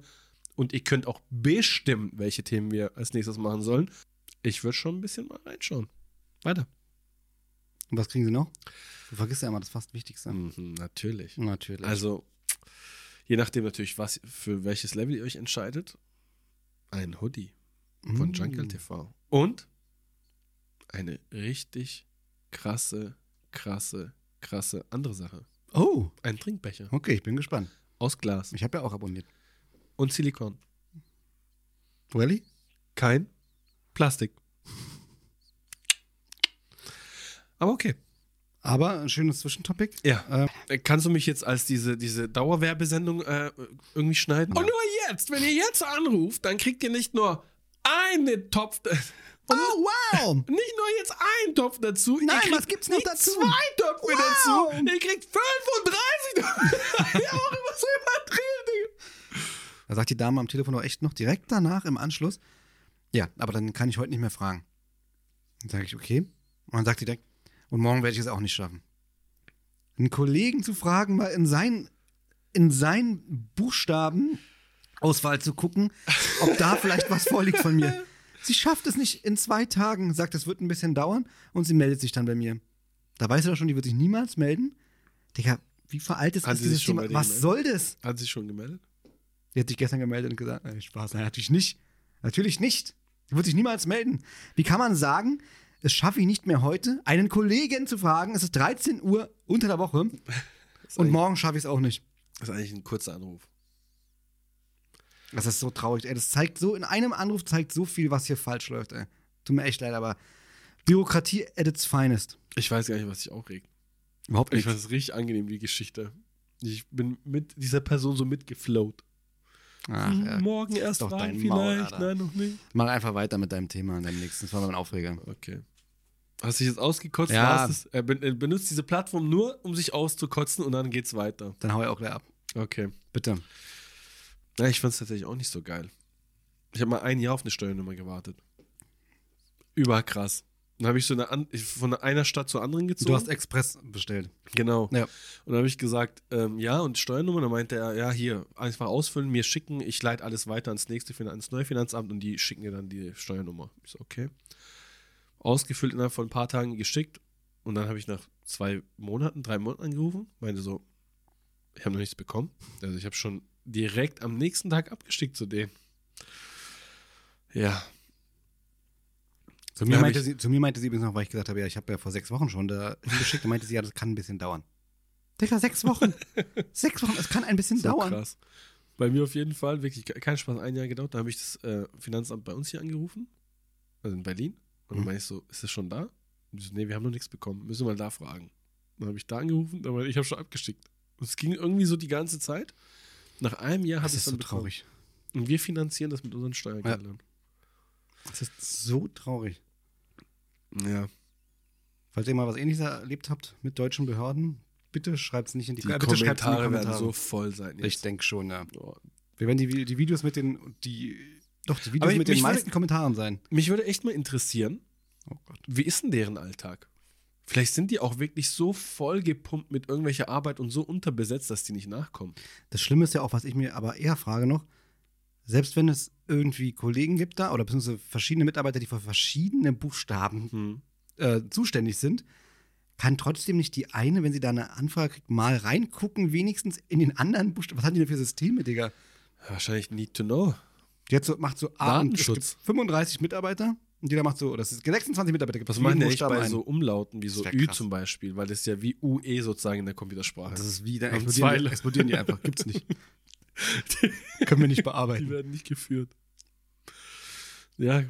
Speaker 1: Und ihr könnt auch bestimmen, welche Themen wir als nächstes machen sollen. Ich würde schon ein bisschen mal reinschauen. Weiter.
Speaker 2: Und was kriegen sie noch? Du vergisst ja immer das fast Wichtigste.
Speaker 1: Mhm, natürlich.
Speaker 2: Natürlich.
Speaker 1: Also, je nachdem natürlich, was für welches Level ihr euch entscheidet, ein Hoodie von
Speaker 2: Mm.
Speaker 1: Jungle TV. Und eine richtig krasse, krasse, krasse andere Sache.
Speaker 2: Oh,
Speaker 1: Ein Trinkbecher
Speaker 2: okay, ich bin gespannt.
Speaker 1: aus Glas
Speaker 2: Ich habe ja auch abonniert.
Speaker 1: und Silikon.
Speaker 2: Really?
Speaker 1: Kein Plastik. Aber okay.
Speaker 2: Aber ein schönes Zwischentopic.
Speaker 1: Ja. Äh, Kannst du mich jetzt als diese, diese Dauerwerbesendung äh, irgendwie schneiden? Und Oh, nur jetzt, wenn ihr jetzt anruft, dann kriegt ihr nicht nur einen Topf, nicht
Speaker 2: Oh, wow!
Speaker 1: nur jetzt einen Topf dazu.
Speaker 2: Nein,
Speaker 1: ihr kriegt
Speaker 2: was gibt's noch
Speaker 1: nicht
Speaker 2: dazu?
Speaker 1: Zwei Töpfe
Speaker 2: Wow.
Speaker 1: dazu. Ihr kriegt 35. ja, auch immer so übertrieben. Digga.
Speaker 2: Da sagt die Dame am Telefon auch echt noch direkt danach im Anschluss. Ja, aber dann kann ich heute nicht mehr fragen. Dann sage ich, okay. Und dann sagt die direkt, und morgen werde ich es auch nicht schaffen. Einen Kollegen zu fragen, mal in seinen, in seinen Buchstaben Auswahl zu gucken, ob da vielleicht was vorliegt von mir. Sie schafft es nicht in zwei Tagen, sagt, es wird ein bisschen dauern und sie meldet sich dann bei mir. Da weiß er doch schon, die wird sich niemals melden. Digga, wie veraltet
Speaker 1: Hat
Speaker 2: ist
Speaker 1: sie
Speaker 2: dieses
Speaker 1: sich schon bei
Speaker 2: Thema?
Speaker 1: dir
Speaker 2: Was
Speaker 1: gemeldet?
Speaker 2: soll das?
Speaker 1: Hat sie schon gemeldet?
Speaker 2: Die hat sich gestern gemeldet und gesagt, äh, Spaß, nein, natürlich nicht. Natürlich nicht. Die wird sich niemals melden. Wie kann man sagen, es schaffe ich nicht mehr heute, einen Kollegen zu fragen, es ist 13 Uhr unter der Woche und morgen schaffe ich es auch nicht.
Speaker 1: Das ist eigentlich ein kurzer Anruf.
Speaker 2: Das ist so traurig, ey. Das zeigt so, in einem Anruf zeigt so viel, was hier falsch läuft, ey. Tut mir echt leid, aber Bürokratie at its finest.
Speaker 1: Ich weiß gar nicht, was dich aufregt.
Speaker 2: Überhaupt
Speaker 1: Ich fand es richtig angenehm, die Geschichte. Ich bin mit dieser Person so mitgeflowt.
Speaker 2: Ach,
Speaker 1: Mhm.
Speaker 2: ja.
Speaker 1: Morgen erst
Speaker 2: doch
Speaker 1: rein,
Speaker 2: dein Maul,
Speaker 1: vielleicht.
Speaker 2: Alter.
Speaker 1: Nein, noch nicht.
Speaker 2: Mach einfach weiter mit deinem Thema in deinem nächsten. Das war mein Aufreger.
Speaker 1: Okay. Hast dich jetzt ausgekotzt?
Speaker 2: Ja.
Speaker 1: warst es? Er ben- er benutzt diese Plattform nur, um sich auszukotzen und dann geht's weiter.
Speaker 2: Dann hau ich auch gleich ab.
Speaker 1: Okay.
Speaker 2: Bitte.
Speaker 1: Ja, ich fand's tatsächlich auch nicht so geil. Ich habe mal ein Jahr auf eine Steuernummer gewartet. Überkrass. Dann habe ich so eine an ich- von einer Stadt zur anderen gezogen.
Speaker 2: Du hast Express bestellt.
Speaker 1: genau.
Speaker 2: Ja.
Speaker 1: Und dann habe ich gesagt, ähm, ja, und Steuernummer. Dann meinte er, ja, hier, einfach ausfüllen, mir schicken, ich leite alles weiter ans nächste Finan ans neue Finanzamt und die schicken dir dann die Steuernummer. Ich so, okay. Ausgefüllt innerhalb von ein paar Tagen geschickt und dann habe ich nach zwei Monaten, drei Monaten angerufen, meinte so, ich habe noch nichts bekommen. Also ich habe schon direkt am nächsten Tag abgestickt zu dem. Ja.
Speaker 2: Zu
Speaker 1: Ja,
Speaker 2: mir,
Speaker 1: hab
Speaker 2: meinte
Speaker 1: ich-
Speaker 2: sie, zu mir meinte sie übrigens noch, weil ich gesagt habe, ja, ich habe ja vor sechs Wochen schon da hingeschickt, da meinte sie, ja, das kann ein bisschen dauern. Digga, sechs Wochen. sechs Wochen, es kann ein bisschen
Speaker 1: So
Speaker 2: dauern.
Speaker 1: krass. Bei mir auf jeden Fall, wirklich, ke- kein Spaß, ein Jahr gedauert. Da habe ich das äh, Finanzamt bei uns hier angerufen, also in Berlin. Und dann
Speaker 2: Mhm.
Speaker 1: meine ich so, ist das schon da? Und die so, nee, wir haben noch nichts bekommen, müssen wir mal da fragen. Dann habe ich da angerufen, aber ich habe schon abgeschickt. Und es ging irgendwie so die ganze Zeit. Nach einem Jahr habe
Speaker 2: Das
Speaker 1: ich es
Speaker 2: ist
Speaker 1: dann
Speaker 2: so
Speaker 1: bekommen.
Speaker 2: traurig.
Speaker 1: Und wir finanzieren das mit unseren Steuergeldern.
Speaker 2: Das ist so traurig.
Speaker 1: Ja.
Speaker 2: Falls ihr mal was ähnliches erlebt habt mit deutschen Behörden, bitte schreibt es nicht in die,
Speaker 1: Die,
Speaker 2: äh, bitte schreibt's in die
Speaker 1: Kommentare werden
Speaker 2: Kommentare.
Speaker 1: so voll sein.
Speaker 2: ich
Speaker 1: Jetzt.
Speaker 2: denke schon, ja.
Speaker 1: Oh,
Speaker 2: Wir werden die, Vi- die Videos mit den, die, doch, die Videos
Speaker 1: Aber ich-
Speaker 2: mit den
Speaker 1: mich würde-
Speaker 2: meisten Kommentaren sein.
Speaker 1: Mich würde echt mal interessieren,
Speaker 2: Oh Gott.
Speaker 1: wie ist denn deren Alltag? Vielleicht sind die auch wirklich so vollgepumpt mit irgendwelcher Arbeit und so unterbesetzt, dass die nicht nachkommen.
Speaker 2: Das Schlimme ist ja auch, was ich mir aber eher frage noch, selbst wenn es irgendwie Kollegen gibt da oder beziehungsweise verschiedene Mitarbeiter, die für verschiedene Buchstaben
Speaker 1: Hm.
Speaker 2: äh, zuständig sind, kann trotzdem nicht die eine, wenn sie da eine Anfrage kriegt, mal reingucken, wenigstens in den anderen Buchstaben. Was haben die denn für Systeme, Digga?
Speaker 1: Wahrscheinlich need to know.
Speaker 2: Die hat so, macht so A und es gibt
Speaker 1: Datenschutz.
Speaker 2: 35 Mitarbeiter und jeder macht so, das ist 26 Mitarbeiter. gibt
Speaker 1: Was
Speaker 2: für
Speaker 1: machen die
Speaker 2: jeden
Speaker 1: eigentlich
Speaker 2: Buchstaben
Speaker 1: bei
Speaker 2: einen.
Speaker 1: so Umlauten wie so
Speaker 2: Das wär
Speaker 1: Ü
Speaker 2: krass.
Speaker 1: zum Beispiel? Weil das ist ja wie UE sozusagen in der Computersprache.
Speaker 2: Das ist wie, dann
Speaker 1: Haben
Speaker 2: explodieren,
Speaker 1: Also zwei-
Speaker 2: die, explodieren die einfach. Gibt's nicht. Können wir nicht
Speaker 1: die
Speaker 2: bearbeiten.
Speaker 1: werden nicht geführt. Ja,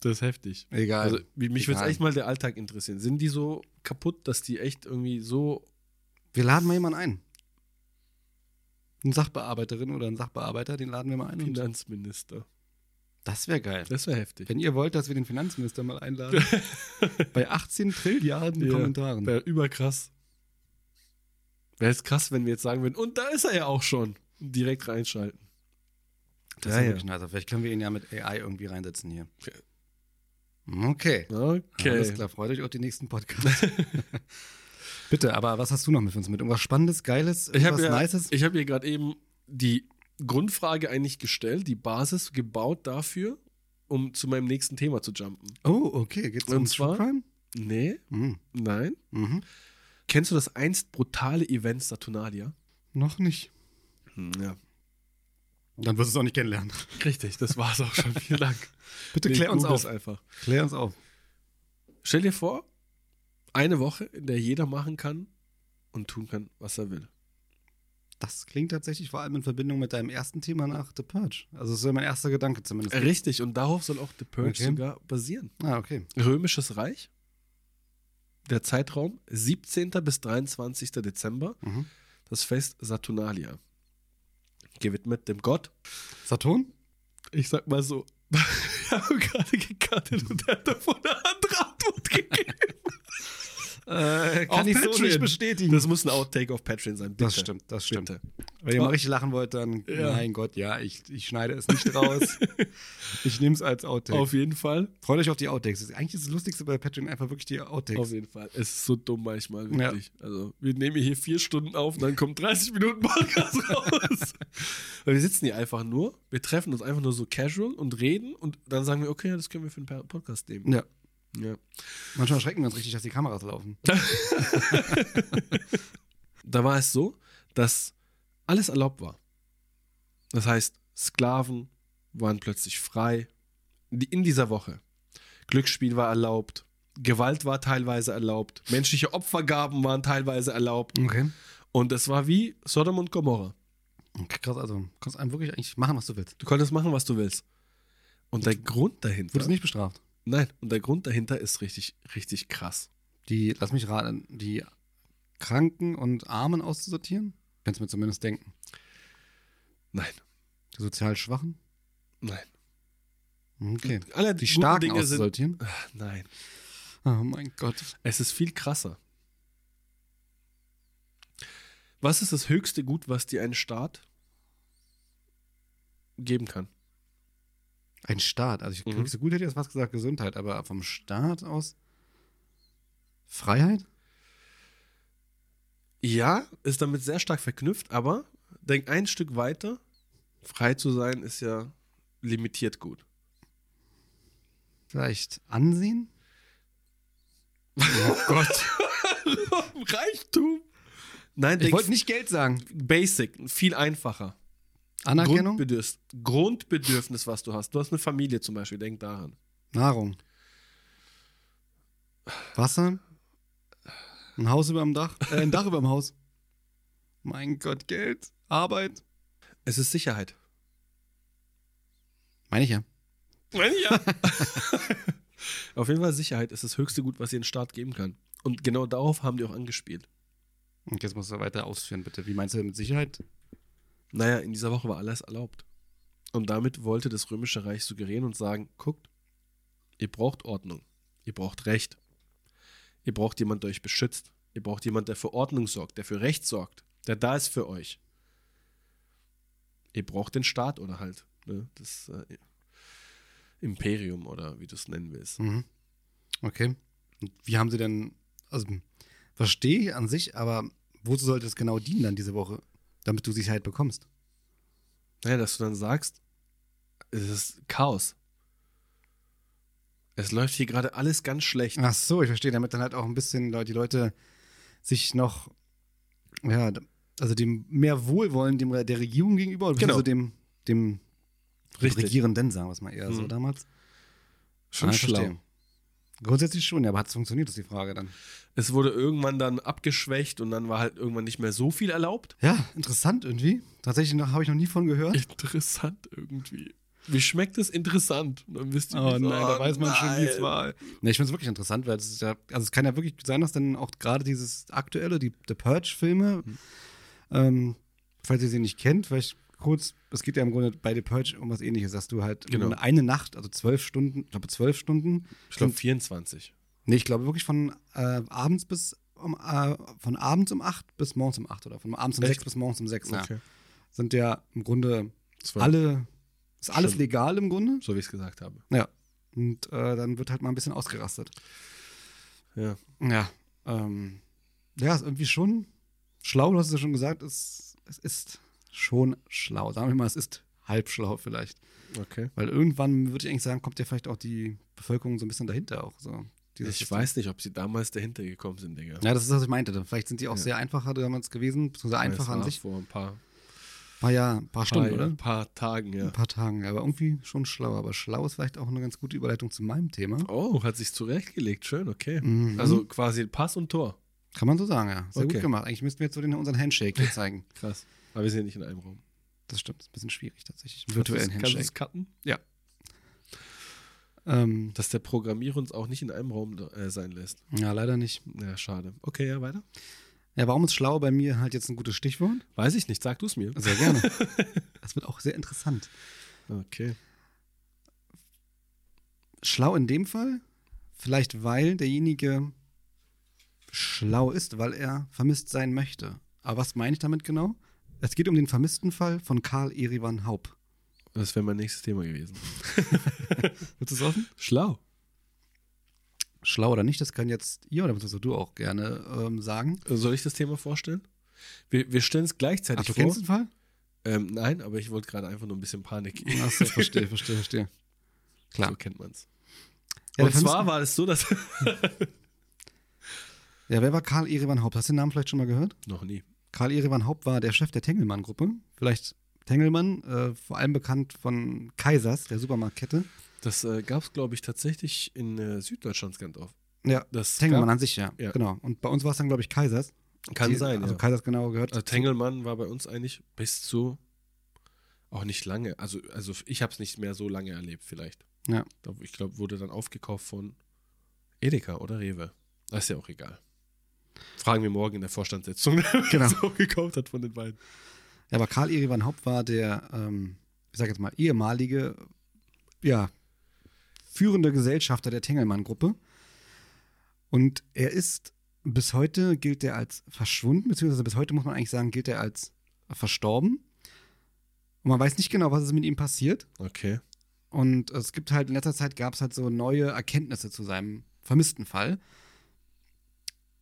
Speaker 1: das ist heftig.
Speaker 2: Egal.
Speaker 1: Also, wie- mich würde
Speaker 2: egal.
Speaker 1: echt mal der Alltag interessieren. Sind die so kaputt, dass die echt irgendwie so.
Speaker 2: wir laden mal jemanden ein. Eine Sachbearbeiterin oder einen Sachbearbeiter, den laden wir mal ein. Und
Speaker 1: Finanzminister.
Speaker 2: das wäre geil.
Speaker 1: Das wäre heftig.
Speaker 2: Wenn ihr wollt, dass wir den Finanzminister mal einladen. bei 18 Trilliarden
Speaker 1: Ja,
Speaker 2: Kommentaren.
Speaker 1: Wäre überkrass. Wäre jetzt krass, wenn wir jetzt sagen würden, und da ist er ja auch schon. Direkt reinschalten.
Speaker 2: Das ist wirklich nice. Also Vielleicht können wir ihn ja mit AI irgendwie reinsetzen hier. Okay.
Speaker 1: Okay.
Speaker 2: Alles klar, freut euch auf den nächsten Podcast. Bitte, aber was hast du noch mit uns mit? Irgendwas Spannendes, Geiles,
Speaker 1: Ich habe
Speaker 2: irgendwas
Speaker 1: ja,
Speaker 2: Nices?
Speaker 1: ich hab hier gerade eben die Grundfrage eigentlich gestellt, die Basis gebaut dafür, um zu meinem nächsten Thema zu jumpen.
Speaker 2: Oh, okay. Geht's
Speaker 1: Und
Speaker 2: um
Speaker 1: zwar-
Speaker 2: True Crime?
Speaker 1: Nee,
Speaker 2: Mhm.
Speaker 1: nein.
Speaker 2: Mhm.
Speaker 1: Kennst du das einst brutale Event Saturnalia?
Speaker 2: Noch nicht. Hm,
Speaker 1: Ja.
Speaker 2: Dann wirst du es auch nicht kennenlernen.
Speaker 1: Richtig, das war's auch schon. Vielen Dank.
Speaker 2: Bitte klär uns
Speaker 1: googel's
Speaker 2: auf.
Speaker 1: einfach.
Speaker 2: Klär uns auf.
Speaker 1: Stell dir vor, eine Woche, in der jeder machen kann und tun kann, was er will.
Speaker 2: Das klingt tatsächlich vor allem in Verbindung mit deinem ersten Thema nach The Purge. Also das wäre mein erster Gedanke zumindest.
Speaker 1: Richtig, und darauf soll auch The Purge
Speaker 2: Okay.
Speaker 1: sogar basieren.
Speaker 2: Ah, okay.
Speaker 1: Römisches Reich, der Zeitraum 17. bis 23. Dezember,
Speaker 2: Mhm.
Speaker 1: das Fest Saturnalia. Gewidmet dem Gott.
Speaker 2: Saturn?
Speaker 1: Ich sag mal so, wir haben gerade gekartet und er hat davon eine andere Antwort gegeben.
Speaker 2: Äh,
Speaker 1: Auf
Speaker 2: kann ich so
Speaker 1: Patreon.
Speaker 2: nicht bestätigen.
Speaker 1: Das muss ein Outtake auf Patreon sein, bitte.
Speaker 2: Das stimmt, das stimmt.
Speaker 1: Bitte.
Speaker 2: Wenn ihr mal richtig lachen wollt, dann
Speaker 1: Ja.
Speaker 2: mein Gott, ja, ich, ich schneide es nicht raus. ich nehme es als Outtake.
Speaker 1: Auf jeden Fall.
Speaker 2: Freut euch auf die Outtakes. Eigentlich ist das Lustigste bei Patreon einfach wirklich die
Speaker 1: Auf
Speaker 2: Outtakes.
Speaker 1: jeden Fall. Es ist so dumm manchmal, wirklich. Also, wir nehmen hier vier Stunden auf und dann kommt 30 Minuten Podcast raus. Weil wir sitzen hier einfach nur, wir treffen uns einfach nur so casual und reden und dann sagen wir, okay, ja, das können wir für einen Podcast nehmen.
Speaker 2: Ja.
Speaker 1: Ja.
Speaker 2: Manchmal schrecken wir uns richtig, dass die Kameras laufen.
Speaker 1: Da war es so, dass alles erlaubt war. Das heißt, Sklaven waren plötzlich frei Die- in dieser Woche. Glücksspiel war erlaubt, Gewalt war teilweise erlaubt, menschliche Opfergaben waren teilweise erlaubt.
Speaker 2: Okay.
Speaker 1: Und es war wie Sodom und Gomorra.
Speaker 2: Krass, also du kannst einem wirklich eigentlich machen, was du willst.
Speaker 1: Du konntest machen, was du willst. Und der Grund dahinter.
Speaker 2: Wurdest nicht bestraft.
Speaker 1: Nein, und der Grund dahinter ist richtig, richtig krass.
Speaker 2: Die, lass mich raten, die Kranken und Armen auszusortieren? Kannst du mir zumindest denken.
Speaker 1: Nein,
Speaker 2: Die sozial Schwachen? Hm,
Speaker 1: nein.
Speaker 2: Okay.
Speaker 1: Alle
Speaker 2: Die
Speaker 1: guten
Speaker 2: Starken
Speaker 1: Dinge sind.
Speaker 2: auszusortieren?
Speaker 1: Ach, nein.
Speaker 2: Oh mein Gott.
Speaker 1: Es ist viel krasser. Was ist das höchste Gut, was dir ein Staat geben kann?
Speaker 2: Ein Staat. Also ich
Speaker 1: Mhm.
Speaker 2: mhm. so gut hätte ich jetzt fast gesagt Gesundheit, aber vom Staat aus Freiheit?
Speaker 1: Ja, ist damit sehr stark verknüpft, aber denk ein Stück weiter. Frei zu sein ist ja limitiert gut.
Speaker 2: Vielleicht Ansehen? Oh Gott.
Speaker 1: Reichtum. Nein,
Speaker 2: Ich
Speaker 1: denk
Speaker 2: wollte nicht Geld sagen.
Speaker 1: basic, viel einfacher.
Speaker 2: Anerkennung?
Speaker 1: Grundbedürfnis, Grundbedürfnis, was du hast. Du hast eine Familie zum Beispiel, denk daran.
Speaker 2: Nahrung. Wasser. Ein Haus über dem Dach. Äh, ein Dach über dem Haus. Mein Gott, Geld. Arbeit.
Speaker 1: Es ist Sicherheit.
Speaker 2: Meine ich ja.
Speaker 1: Ja. Auf jeden Fall Sicherheit ist das höchste Gut, was ihr den Staat geben kann. Und genau darauf haben die auch angespielt.
Speaker 2: Und jetzt musst du weiter ausführen, bitte. Wie meinst du mit Sicherheit?
Speaker 1: Naja, in dieser Woche war alles erlaubt. Und damit wollte das Römische Reich suggerieren und sagen, guckt, ihr braucht Ordnung, ihr braucht Recht, ihr braucht jemand, der euch beschützt, ihr braucht jemand, der für Ordnung sorgt, der für Recht sorgt, der da ist für euch. Ihr braucht den Staat oder halt ne, das äh, Imperium oder wie du es nennen willst.
Speaker 2: Mhm. Okay. Und wie haben sie denn, also verstehe ich an sich, aber wozu sollte es genau dienen dann diese Woche, damit du Sicherheit bekommst?
Speaker 1: Naja, dass du dann sagst, es ist Chaos. Es läuft hier gerade alles ganz schlecht.
Speaker 2: Ach so, ich verstehe, damit dann halt auch ein bisschen Leute- die Leute sich noch, ja, d- also dem mehr Wohlwollen dem, der Regierung gegenüber oder
Speaker 1: Genau.
Speaker 2: also dem, dem
Speaker 1: Richtig.
Speaker 2: Regierenden, sagen wir es mal eher so
Speaker 1: Mhm.
Speaker 2: damals.
Speaker 1: Schon
Speaker 2: Ah, ich
Speaker 1: schlau.
Speaker 2: verstehe. Grundsätzlich schon, ja, aber hat es funktioniert, ist die Frage dann.
Speaker 1: Es wurde irgendwann dann abgeschwächt und dann war halt irgendwann nicht mehr so viel erlaubt.
Speaker 2: Ja, interessant irgendwie. Tatsächlich noch- habe ich noch nie von gehört.
Speaker 1: Interessant irgendwie. Wie schmeckt es interessant? Und dann wisst ihr,
Speaker 2: Oh
Speaker 1: wie's-
Speaker 2: nein, da weiß man schon, wie es
Speaker 1: nein.
Speaker 2: war. Ne, ich finde es wirklich interessant, weil es ist ja, also es kann ja wirklich sein, dass dann auch gerade dieses aktuelle, die The Purge-Filme, ähm, falls ihr sie nicht kennt, vielleicht kurz, es geht ja im Grunde bei The Purge um was ähnliches, dass du halt
Speaker 1: Genau.
Speaker 2: um eine Nacht, also zwölf Stunden, ich glaube zwölf Stunden,
Speaker 1: Ich glaube 24.
Speaker 2: nee, ich glaube wirklich von äh, abends bis um, äh, von abends um acht bis morgens um acht oder von abends um
Speaker 1: Echt?
Speaker 2: sechs bis morgens um sechs ja, sind ja im Grunde
Speaker 1: Zwölf,
Speaker 2: alle, ist alles
Speaker 1: Stimmt.
Speaker 2: legal im Grunde.
Speaker 1: So wie ich es gesagt habe.
Speaker 2: Ja. Und äh, dann wird halt mal ein bisschen ausgerastet.
Speaker 1: Ja.
Speaker 2: Ja. Ähm, ja, ist irgendwie schon schlau, du hast es ja schon gesagt, es, es ist schon schlau. Sagen wir mal, es ist halb schlau vielleicht.
Speaker 1: Okay.
Speaker 2: Weil irgendwann würde ich eigentlich sagen, kommt ja vielleicht auch die Bevölkerung so ein bisschen dahinter auch. So, dieses
Speaker 1: Ich
Speaker 2: System.
Speaker 1: weiß nicht, ob sie damals dahinter gekommen sind, Digga.
Speaker 2: Ja, das ist, was ich meinte. Vielleicht sind die auch
Speaker 1: Ja.
Speaker 2: sehr einfacher damals gewesen, beziehungsweise einfacher an
Speaker 1: Das war
Speaker 2: sich.
Speaker 1: Vor ein paar,
Speaker 2: War ja ein paar Stunden,
Speaker 1: paar,
Speaker 2: oder?
Speaker 1: ein paar Tagen, ja.
Speaker 2: Ein paar Tagen, aber irgendwie schon schlau. Aber schlau ist vielleicht auch eine ganz gute Überleitung zu meinem Thema.
Speaker 1: Oh, hat sich zurechtgelegt. Schön, okay.
Speaker 2: Mhm.
Speaker 1: Also quasi Pass und Tor.
Speaker 2: Kann man so sagen, ja. Sehr
Speaker 1: Okay.
Speaker 2: gut gemacht. Eigentlich müssten wir jetzt so den, unseren Handshake hier zeigen.
Speaker 1: Krass. Aber wir sind ja nicht in einem Raum.
Speaker 2: Das stimmt, ist ein bisschen schwierig tatsächlich. Einen virtuellen
Speaker 1: Kannst du
Speaker 2: Handshake.
Speaker 1: es cutten?
Speaker 2: Ähm,
Speaker 1: Dass der Programmierer uns auch nicht in einem Raum äh, sein lässt.
Speaker 2: ja, leider nicht.
Speaker 1: Ja, schade. Okay, ja, weiter.
Speaker 2: Ja, warum ist schlau bei mir halt jetzt ein gutes Stichwort?
Speaker 1: Weiß ich nicht, sag du es mir.
Speaker 2: Sehr gerne. das wird auch sehr interessant.
Speaker 1: Okay.
Speaker 2: Schlau in dem Fall, vielleicht weil derjenige schlau ist, weil er vermisst sein möchte. Aber was meine ich damit genau? Es geht um den vermissten Fall von Karl Erivan Haupt.
Speaker 1: Das wäre mein nächstes Thema gewesen.
Speaker 2: Willst du es offen?
Speaker 1: Schlau.
Speaker 2: Schlau oder nicht, das kann jetzt ihr oder beziehungsweise du auch gerne ähm, sagen.
Speaker 1: Soll ich das Thema vorstellen? Wir, wir stellen es gleichzeitig
Speaker 2: du
Speaker 1: vor.
Speaker 2: kennst den Fall?
Speaker 1: Ähm, nein, aber ich wollte gerade einfach nur ein bisschen Panik geben.
Speaker 2: Achso, verstehe, verstehe, verstehe. Klar.
Speaker 1: So kennt man es.
Speaker 2: Ja,
Speaker 1: Und
Speaker 2: der
Speaker 1: zwar war es so, dass.
Speaker 2: Ja, wer war Karl Erevan Haupt? Hast du den Namen vielleicht schon mal gehört?
Speaker 1: noch nie.
Speaker 2: Karl Erevan Haupt war der Chef der Tengelmann-Gruppe. Vielleicht Tengelmann, äh, vor allem bekannt von Kaisers, der Supermarktkette.
Speaker 1: Das äh, gab es, glaube ich, tatsächlich in äh, Süddeutschland ganz oft.
Speaker 2: Ja,
Speaker 1: Das
Speaker 2: Tengelmann
Speaker 1: gab-
Speaker 2: an sich, ja.
Speaker 1: Ja.
Speaker 2: Genau. Und bei uns war es dann, glaube ich, Kaisers.
Speaker 1: kann
Speaker 2: Die-
Speaker 1: sein.
Speaker 2: Also
Speaker 1: ja.
Speaker 2: Kaisers genau gehört.
Speaker 1: Also Tengelmann war bei uns eigentlich bis zu auch nicht lange. Also, also ich habe es nicht mehr so lange erlebt, vielleicht.
Speaker 2: Ja.
Speaker 1: Da- Ich glaube, wurde dann aufgekauft von Edeka oder Rewe. Das ist ja auch egal. Fragen wir morgen in der Vorstandssitzung, wer
Speaker 2: Genau.
Speaker 1: es aufgekauft hat von den beiden.
Speaker 2: Ja, aber Karl Erevan Haupt war der, ähm, ich sag jetzt mal, ehemalige, ja, führende Gesellschafter der Tengelmann-Gruppe. Und er ist, bis heute gilt er als verschwunden, beziehungsweise bis heute muss man eigentlich sagen, gilt er als verstorben. Und man weiß nicht genau, was ist mit ihm passiert.
Speaker 1: Okay.
Speaker 2: Und es gibt halt, in letzter Zeit gab es halt so neue Erkenntnisse zu seinem vermissten Fall.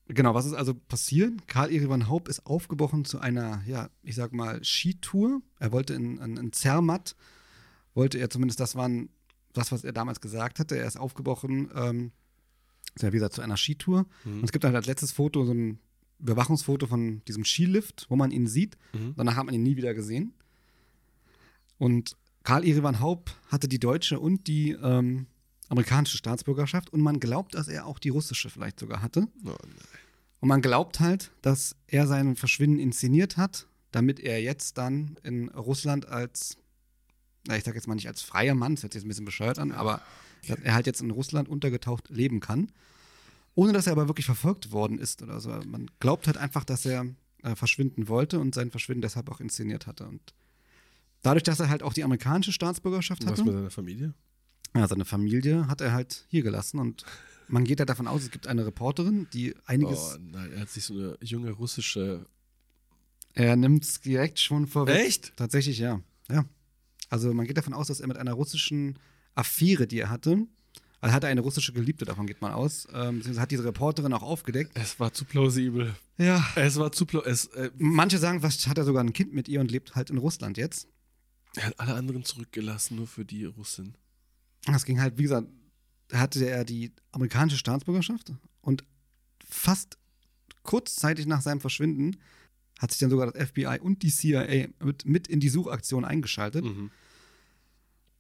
Speaker 2: Genau, was ist also passiert? Karl Erivan Haupt ist aufgebrochen zu einer, ja, ich sag mal, Skitour. Er wollte in, in, in Zermatt, wollte er zumindest, das waren das, was er damals gesagt hatte. Er ist aufgebrochen ähm, Ist ja, wie gesagt, zu einer Skitour. Und es gibt halt als letztes Foto so ein Überwachungsfoto von diesem Skilift, wo man ihn sieht.
Speaker 1: Mhm.
Speaker 2: Danach hat man ihn nie wieder gesehen. Und Karl Irivan Haupt hatte die deutsche und die ähm, amerikanische Staatsbürgerschaft und man glaubt, dass er auch die russische vielleicht sogar hatte.
Speaker 1: Oh,
Speaker 2: Und man glaubt halt, dass er sein Verschwinden inszeniert hat, damit er jetzt dann in Russland als, na, ich sag jetzt mal nicht als freier Mann, das hört sich jetzt ein bisschen bescheuert an, aber dass er halt jetzt in Russland untergetaucht leben kann. Ohne dass er aber wirklich verfolgt worden ist oder so. Man glaubt halt einfach, dass er äh, verschwinden wollte und sein Verschwinden deshalb auch inszeniert hatte. Und dadurch, dass er halt auch die amerikanische Staatsbürgerschaft
Speaker 1: Was
Speaker 2: hatte,
Speaker 1: mit seiner Familie?
Speaker 2: ja, seine Familie hat er halt hier gelassen und man geht halt davon aus, es gibt eine Reporterin, die einiges
Speaker 1: Oh nein, er hat sich so eine junge russische.
Speaker 2: Er nimmt es direkt schon vorweg.
Speaker 1: Echt?
Speaker 2: Tatsächlich, ja. ja. Also man geht davon aus, dass er mit einer russischen Affäre, die er hatte, also hatte eine russische Geliebte, davon geht man aus, ähm, beziehungsweise hat diese Reporterin auch aufgedeckt.
Speaker 1: Es war zu plausibel.
Speaker 2: Ja.
Speaker 1: Es war zu plausibel. Es, äh,
Speaker 2: Manche sagen, was hat er sogar ein Kind mit ihr und lebt halt in Russland jetzt.
Speaker 1: er hat alle anderen zurückgelassen, nur für die Russin.
Speaker 2: Das ging halt, wie gesagt, hatte er die amerikanische Staatsbürgerschaft und fast kurzzeitig nach seinem Verschwinden hat sich dann sogar das FBI und die CIA mit, mit in die Suchaktion eingeschaltet.
Speaker 1: Mhm.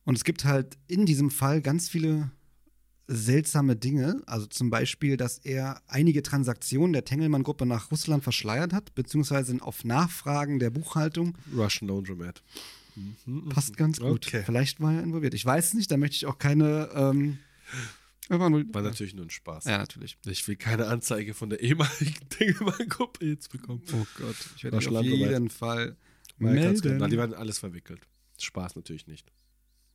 Speaker 2: Und es gibt halt in diesem Fall ganz viele seltsame Dinge. Also zum Beispiel, dass er einige Transaktionen der Tengelmann-Gruppe nach Russland verschleiert hat, beziehungsweise auf Nachfragen der Buchhaltung.
Speaker 1: Russian Laundromat. Mhm.
Speaker 2: Passt ganz gut.
Speaker 1: Okay.
Speaker 2: Vielleicht war er involviert. Ich weiß nicht, da möchte ich auch keine. Ähm, einfach nur-
Speaker 1: War natürlich nur ein Spaß.
Speaker 2: ja, natürlich.
Speaker 1: Ich will keine Anzeige von der ehemaligen Dingemann-Gruppe jetzt bekommen.
Speaker 2: Oh Gott, ich werde mich auf
Speaker 1: Russland
Speaker 2: jeden Fall
Speaker 1: War ja ganz klar. Nein, die
Speaker 2: melden.
Speaker 1: waren alles verwickelt. Spaß natürlich nicht.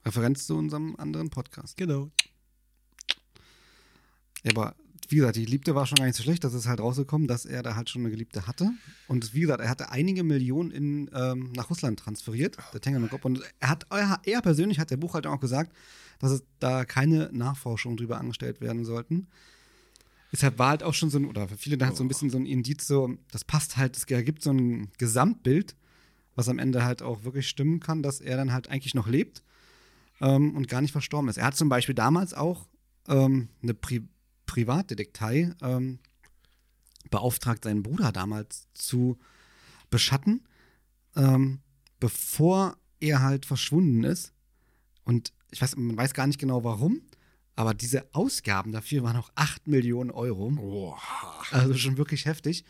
Speaker 2: Referenz zu unserem anderen Podcast.
Speaker 1: Genau.
Speaker 2: Ja, aber wie gesagt, die Geliebte war schon gar nicht so schlecht. Das ist halt rausgekommen, dass er da halt schon eine Geliebte hatte. Und wie gesagt, er hatte einige Millionen in, ähm, nach Russland transferiert, der Tengelmann Group. Und er, hat, er, er persönlich hat der Buchhalter auch gesagt, dass es da keine Nachforschungen drüber angestellt werden sollten. Deshalb war halt auch schon so ein, oder für viele da hat so ein bisschen so ein Indiz, so, das passt halt, es ergibt so ein Gesamtbild, was am Ende halt auch wirklich stimmen kann, dass er dann halt eigentlich noch lebt ähm, und gar nicht verstorben ist. Er hat zum Beispiel damals auch ähm, eine Pri Privatdetektei ähm, beauftragt, seinen Bruder damals zu beschatten, ähm, bevor er halt verschwunden ist. Und ich weiß, man weiß gar nicht genau warum, aber diese Ausgaben dafür waren auch 8 Millionen Euro.
Speaker 1: Oh, Boah.
Speaker 2: Also schon wirklich heftig.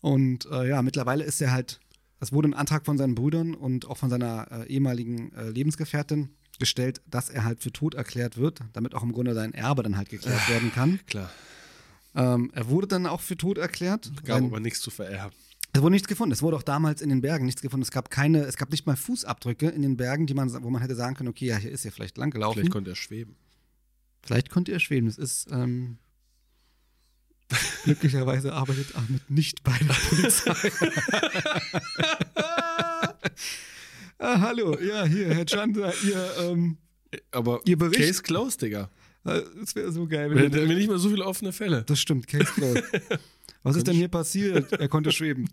Speaker 2: Und äh, ja, mittlerweile ist er halt, es wurde ein Antrag von seinen Brüdern und auch von seiner äh, ehemaligen äh, Lebensgefährtin gestellt, dass er halt für tot erklärt wird, damit auch im Grunde sein Erbe dann halt geklärt werden kann.
Speaker 1: Klar.
Speaker 2: Ähm, er wurde dann auch für tot erklärt.
Speaker 1: Gab
Speaker 2: Sein-
Speaker 1: aber nichts zu vererben.
Speaker 2: es wurde nichts gefunden. Es wurde auch damals in den Bergen nichts gefunden. Es gab keine, es gab nicht mal Fußabdrücke in den Bergen, die man, wo man hätte sagen können, okay, ja, hier ist er vielleicht lang gelaufen.
Speaker 1: Vielleicht konnte er schweben.
Speaker 2: Vielleicht konnte er schweben. Das ist ähm, glücklicherweise arbeitet Ahmed nicht bei der Polizei. ah, hallo, ja, hier, Herr Chandra, ihr, ähm,
Speaker 1: Aber
Speaker 2: Ihr Bericht?
Speaker 1: Case closed, Digga.
Speaker 2: äh, es wäre so geil,
Speaker 1: Wenn,
Speaker 2: wenn ihr,
Speaker 1: wenn nicht mal so viele offene Fälle.
Speaker 2: Das stimmt, Case closed. Was ist denn hier passiert? Er konnte schweben.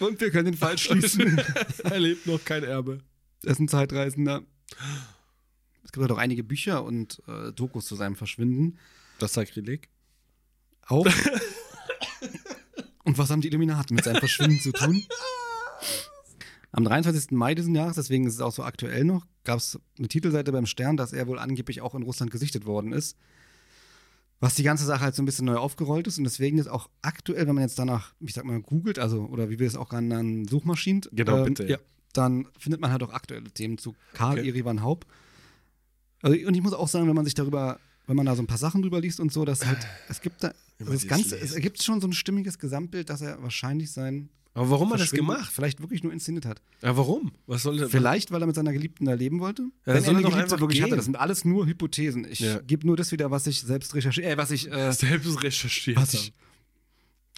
Speaker 2: Und wir können den Fall schließen.
Speaker 1: er lebt noch kein Erbe.
Speaker 2: Er ist ein Zeitreisender. Es gibt halt auch einige Bücher und äh, Dokus zu seinem Verschwinden.
Speaker 1: Das Sakrileg.
Speaker 2: Auch. Und was haben die Illuminaten mit seinem Verschwinden zu tun? Am 23. Mai diesen Jahres, deswegen ist es auch so aktuell noch, gab es eine Titelseite beim Stern, dass er wohl angeblich auch in Russland gesichtet worden ist. Was die ganze Sache halt so ein bisschen neu aufgerollt ist und deswegen ist auch aktuell, wenn man jetzt danach, ich sag mal, googelt, also oder wie wir es auch gerne nennen, Suchmaschinen.
Speaker 1: Genau, bitte, ja.
Speaker 2: Ja, dann findet man halt auch aktuelle Themen zu Karl
Speaker 1: Okay.
Speaker 2: Irivan Haupt. Also, und ich muss auch sagen, wenn man sich darüber, wenn man da so ein paar Sachen drüber liest und so, dass halt, es gibt da, also
Speaker 1: man
Speaker 2: das
Speaker 1: dies
Speaker 2: Ganze,
Speaker 1: liest.
Speaker 2: es ergibt schon so ein stimmiges Gesamtbild, dass er wahrscheinlich sein.
Speaker 1: Aber warum hat er das
Speaker 2: Verschwinden
Speaker 1: gemacht?
Speaker 2: Vielleicht wirklich nur inszeniert hat.
Speaker 1: Ja, warum? Was soll das?
Speaker 2: Vielleicht, weil er mit seiner Geliebten da leben wollte.
Speaker 1: dann soll er doch einfach gehen.
Speaker 2: Das sind alles nur Hypothesen. Ich
Speaker 1: Ja.
Speaker 2: gebe nur das wieder, was ich selbst recherchiere, äh, was ich, äh,
Speaker 1: Selbst recherchiert.
Speaker 2: was ich,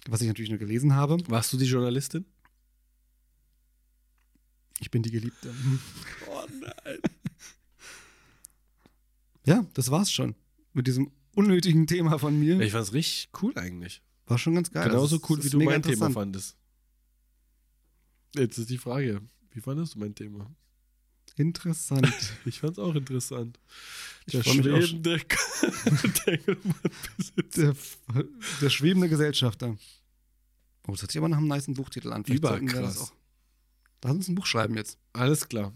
Speaker 1: haben.
Speaker 2: was ich natürlich nur gelesen habe.
Speaker 1: Warst du die Journalistin?
Speaker 2: Ich bin die Geliebte.
Speaker 1: Oh nein.
Speaker 2: Ja, das war's schon. Mit diesem unnötigen Thema von mir.
Speaker 1: Ich fand's richtig cool eigentlich.
Speaker 2: War schon ganz geil.
Speaker 1: Genauso
Speaker 2: Das ist-
Speaker 1: cool,
Speaker 2: das
Speaker 1: wie
Speaker 2: ist
Speaker 1: du
Speaker 2: mega
Speaker 1: mein Thema
Speaker 2: interessant.
Speaker 1: fandest. Jetzt ist die Frage, wie fandest du mein Thema?
Speaker 2: Interessant.
Speaker 1: Ich fand's auch interessant.
Speaker 2: Ich
Speaker 1: Der
Speaker 2: freu mich auch
Speaker 1: schwebende Deckelmann-Besitz.
Speaker 2: Der, der schwebende Gesellschafter. Oh, das hört sich aber nach einem niceen Buchtitel an. Vielleicht sollten wir
Speaker 1: Überkrass.
Speaker 2: das auch- Lass uns ein Buch schreiben jetzt.
Speaker 1: Alles klar.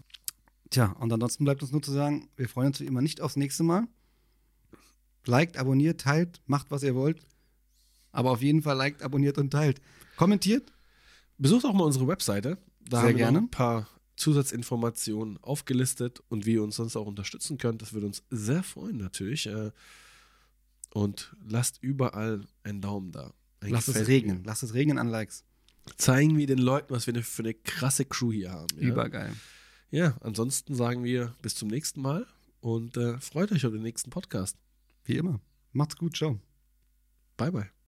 Speaker 2: Tja, und ansonsten bleibt uns nur zu sagen, wir freuen uns wie immer nicht aufs nächste Mal. Liked, abonniert, teilt, macht, was ihr wollt. Aber auf jeden Fall liked, abonniert und teilt. Kommentiert.
Speaker 1: Besucht auch mal unsere Webseite. Da
Speaker 2: Sehr
Speaker 1: haben wir
Speaker 2: gerne.
Speaker 1: noch ein paar Zusatzinformationen aufgelistet und wie ihr uns sonst auch unterstützen könnt. Das würde uns sehr freuen, natürlich. Äh, Und lasst überall einen Daumen da. Ein
Speaker 2: Lasst es
Speaker 1: Gefällt
Speaker 2: regnen. Lasst es regnen an Likes.
Speaker 1: mir. Zeigen wir den Leuten, was wir eine- für eine krasse Crew hier haben. Ja?
Speaker 2: Übergeil.
Speaker 1: ja, ansonsten sagen wir bis zum nächsten Mal und äh, freut euch auf den nächsten Podcast.
Speaker 2: Wie immer. Macht's gut. Ciao.
Speaker 1: Bye, bye.